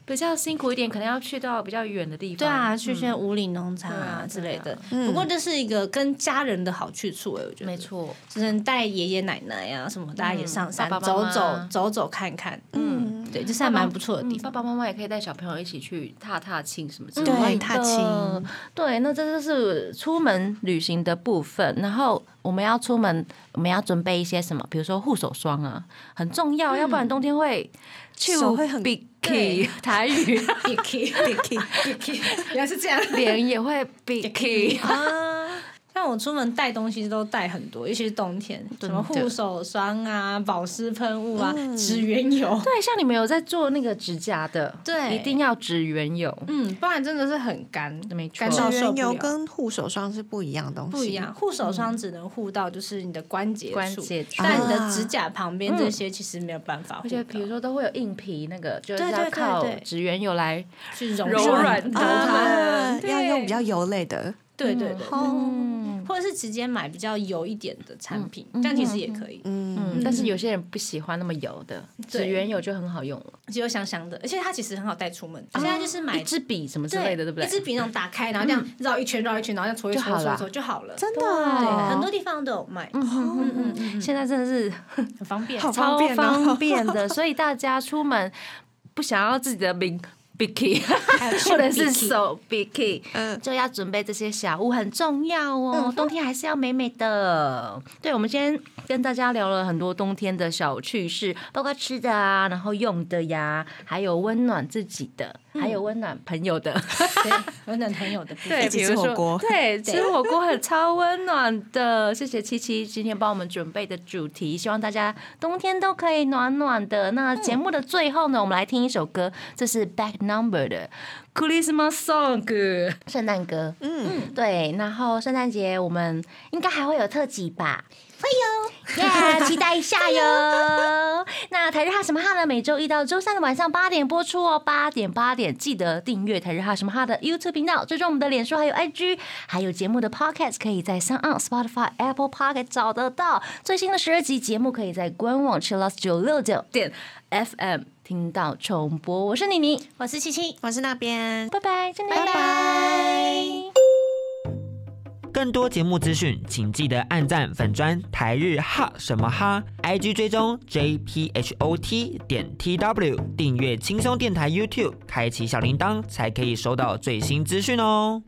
S2: 比较辛苦一点，可能要去到比较远的地方。
S3: 对啊，去些五岭农场啊
S2: 嗯
S3: 之类的。
S4: 嗯
S3: 不过这是一个跟家人的好去处哎、我觉得
S2: 没，错，嗯
S3: 就是带爷爷奶奶啊什么，大家也上山
S2: 爸爸妈
S3: 走
S2: 妈
S3: 走走走看看。
S4: 嗯，
S3: 对，就是还蛮不错的
S2: 嗯
S3: 地
S6: 爸
S3: 方。
S6: 爸妈妈也可以带小朋友一起去踏踏青什么之类的。
S4: 对，踏青，
S2: 嗯对，那这就是出门旅行的部分。然后我们要出门，我们要准备一些什么？比如说护手霜啊，很重要，要不
S6: 嗯
S2: 然冬天会去
S4: 手会很
S2: b i
S3: 对
S2: 台语
S3: Bicky Bicky，原来是这样。
S2: 脸也会 b i
S4: 啊，
S3: 嗯像我出门带东西都带很多，尤其是冬天，什么护手霜啊、保湿喷雾啊、指缘油，
S2: 对，像你们有在做那个指甲的，
S3: 对
S2: 一定要指原油。
S3: 嗯，不然真的是很干，
S2: 没错
S3: 干到
S4: 指
S3: 受
S4: 缘
S3: 不
S4: 油
S3: 了。
S4: 跟护手霜是不一样的东西，
S3: 不一样，护手霜只能护到就是你的关节
S2: 关
S3: 处，
S2: 节处
S3: 但你
S4: 啊
S3: 的指甲旁边这些其实没有办法护
S6: 而
S3: 到
S6: 且，比如说都会有硬皮，那个就是
S3: 对对
S6: 要
S3: 对
S6: 靠
S3: 对
S6: 指缘油来
S3: 去柔
S6: 柔软
S3: 柔
S6: 的
S3: 它，
S4: 啊，
S6: 对
S4: 要用比较油类的，
S3: 对对对，
S4: 哦，
S3: 或者是直接买比较油一点的产品，但其实也可以。
S4: 嗯，
S6: 嗯，但是有些人不喜欢那么油的，
S3: 对
S6: 指缘油就很好用了，
S3: 只有香香的，而且它其实很好带出
S2: 啊
S3: 门。现在就是买
S6: 一支笔什么之类的，对不对？嗯
S3: 一支笔那种打开，然后这样绕一圈，绕一圈，然后这样搓一搓，
S6: 就好
S3: 搓一
S6: 了
S3: 搓就好了。
S4: 真的
S3: 对，很
S4: 哦，
S3: 多地方都有卖，
S2: 嗯嗯，现在真的是
S3: 很方便。
S4: 好
S2: 超
S4: 方便
S2: 方
S4: 哦，
S2: 便的， 所以大家出门不想要自己的名 Bicky 或者是手 Bicky，
S4: 嗯
S2: 就要准备这些小物，很重要哦。冬天还是要美美的。对，我们今天跟大家聊了很多冬天的小趣事，包括吃的啊，然后用的呀，还有温暖自己的，还
S4: 嗯
S2: 有温暖朋友的。
S3: 对，温暖很有的部分。
S6: 对，
S4: 一起
S6: 比
S4: 吃
S6: 如
S4: 火
S6: 说
S4: 锅
S6: 对，
S2: 吃火锅很超温暖的，谢谢七七今天帮我们准备的主题，希望大家冬天都可以暖暖的。那
S4: 嗯
S2: 节目的最后呢，我们来听一首歌，这是 Back Number 的 Christmas Song 圣诞歌。
S4: 嗯，
S2: 对，然后圣诞节我们应该还会有特辑吧？会有，耶、期待一下哟。那台日哈什么哈呢？每周一到周三的晚上八点播出哦，八点八点记得订阅台日哈什么哈的 YouTube 频道，追踪我们的脸书还有 IG，还有节目的 Podcast 可以在 s o n Spotify、Apple Pocket 找得到。最新的十二集节目可以在官网 chillus 九六九点 FM 听到重播。我是妮妮，
S3: 我是七七，
S4: 我是那边，
S2: 拜拜，真的
S4: 拜拜。
S5: 更多节目资讯，请记得按赞粉砖台日哈什么哈，IG 追踪 JPHOT 点 TW，订阅轻松电台 YouTube，开启小铃铛才可以收到最新资讯哦。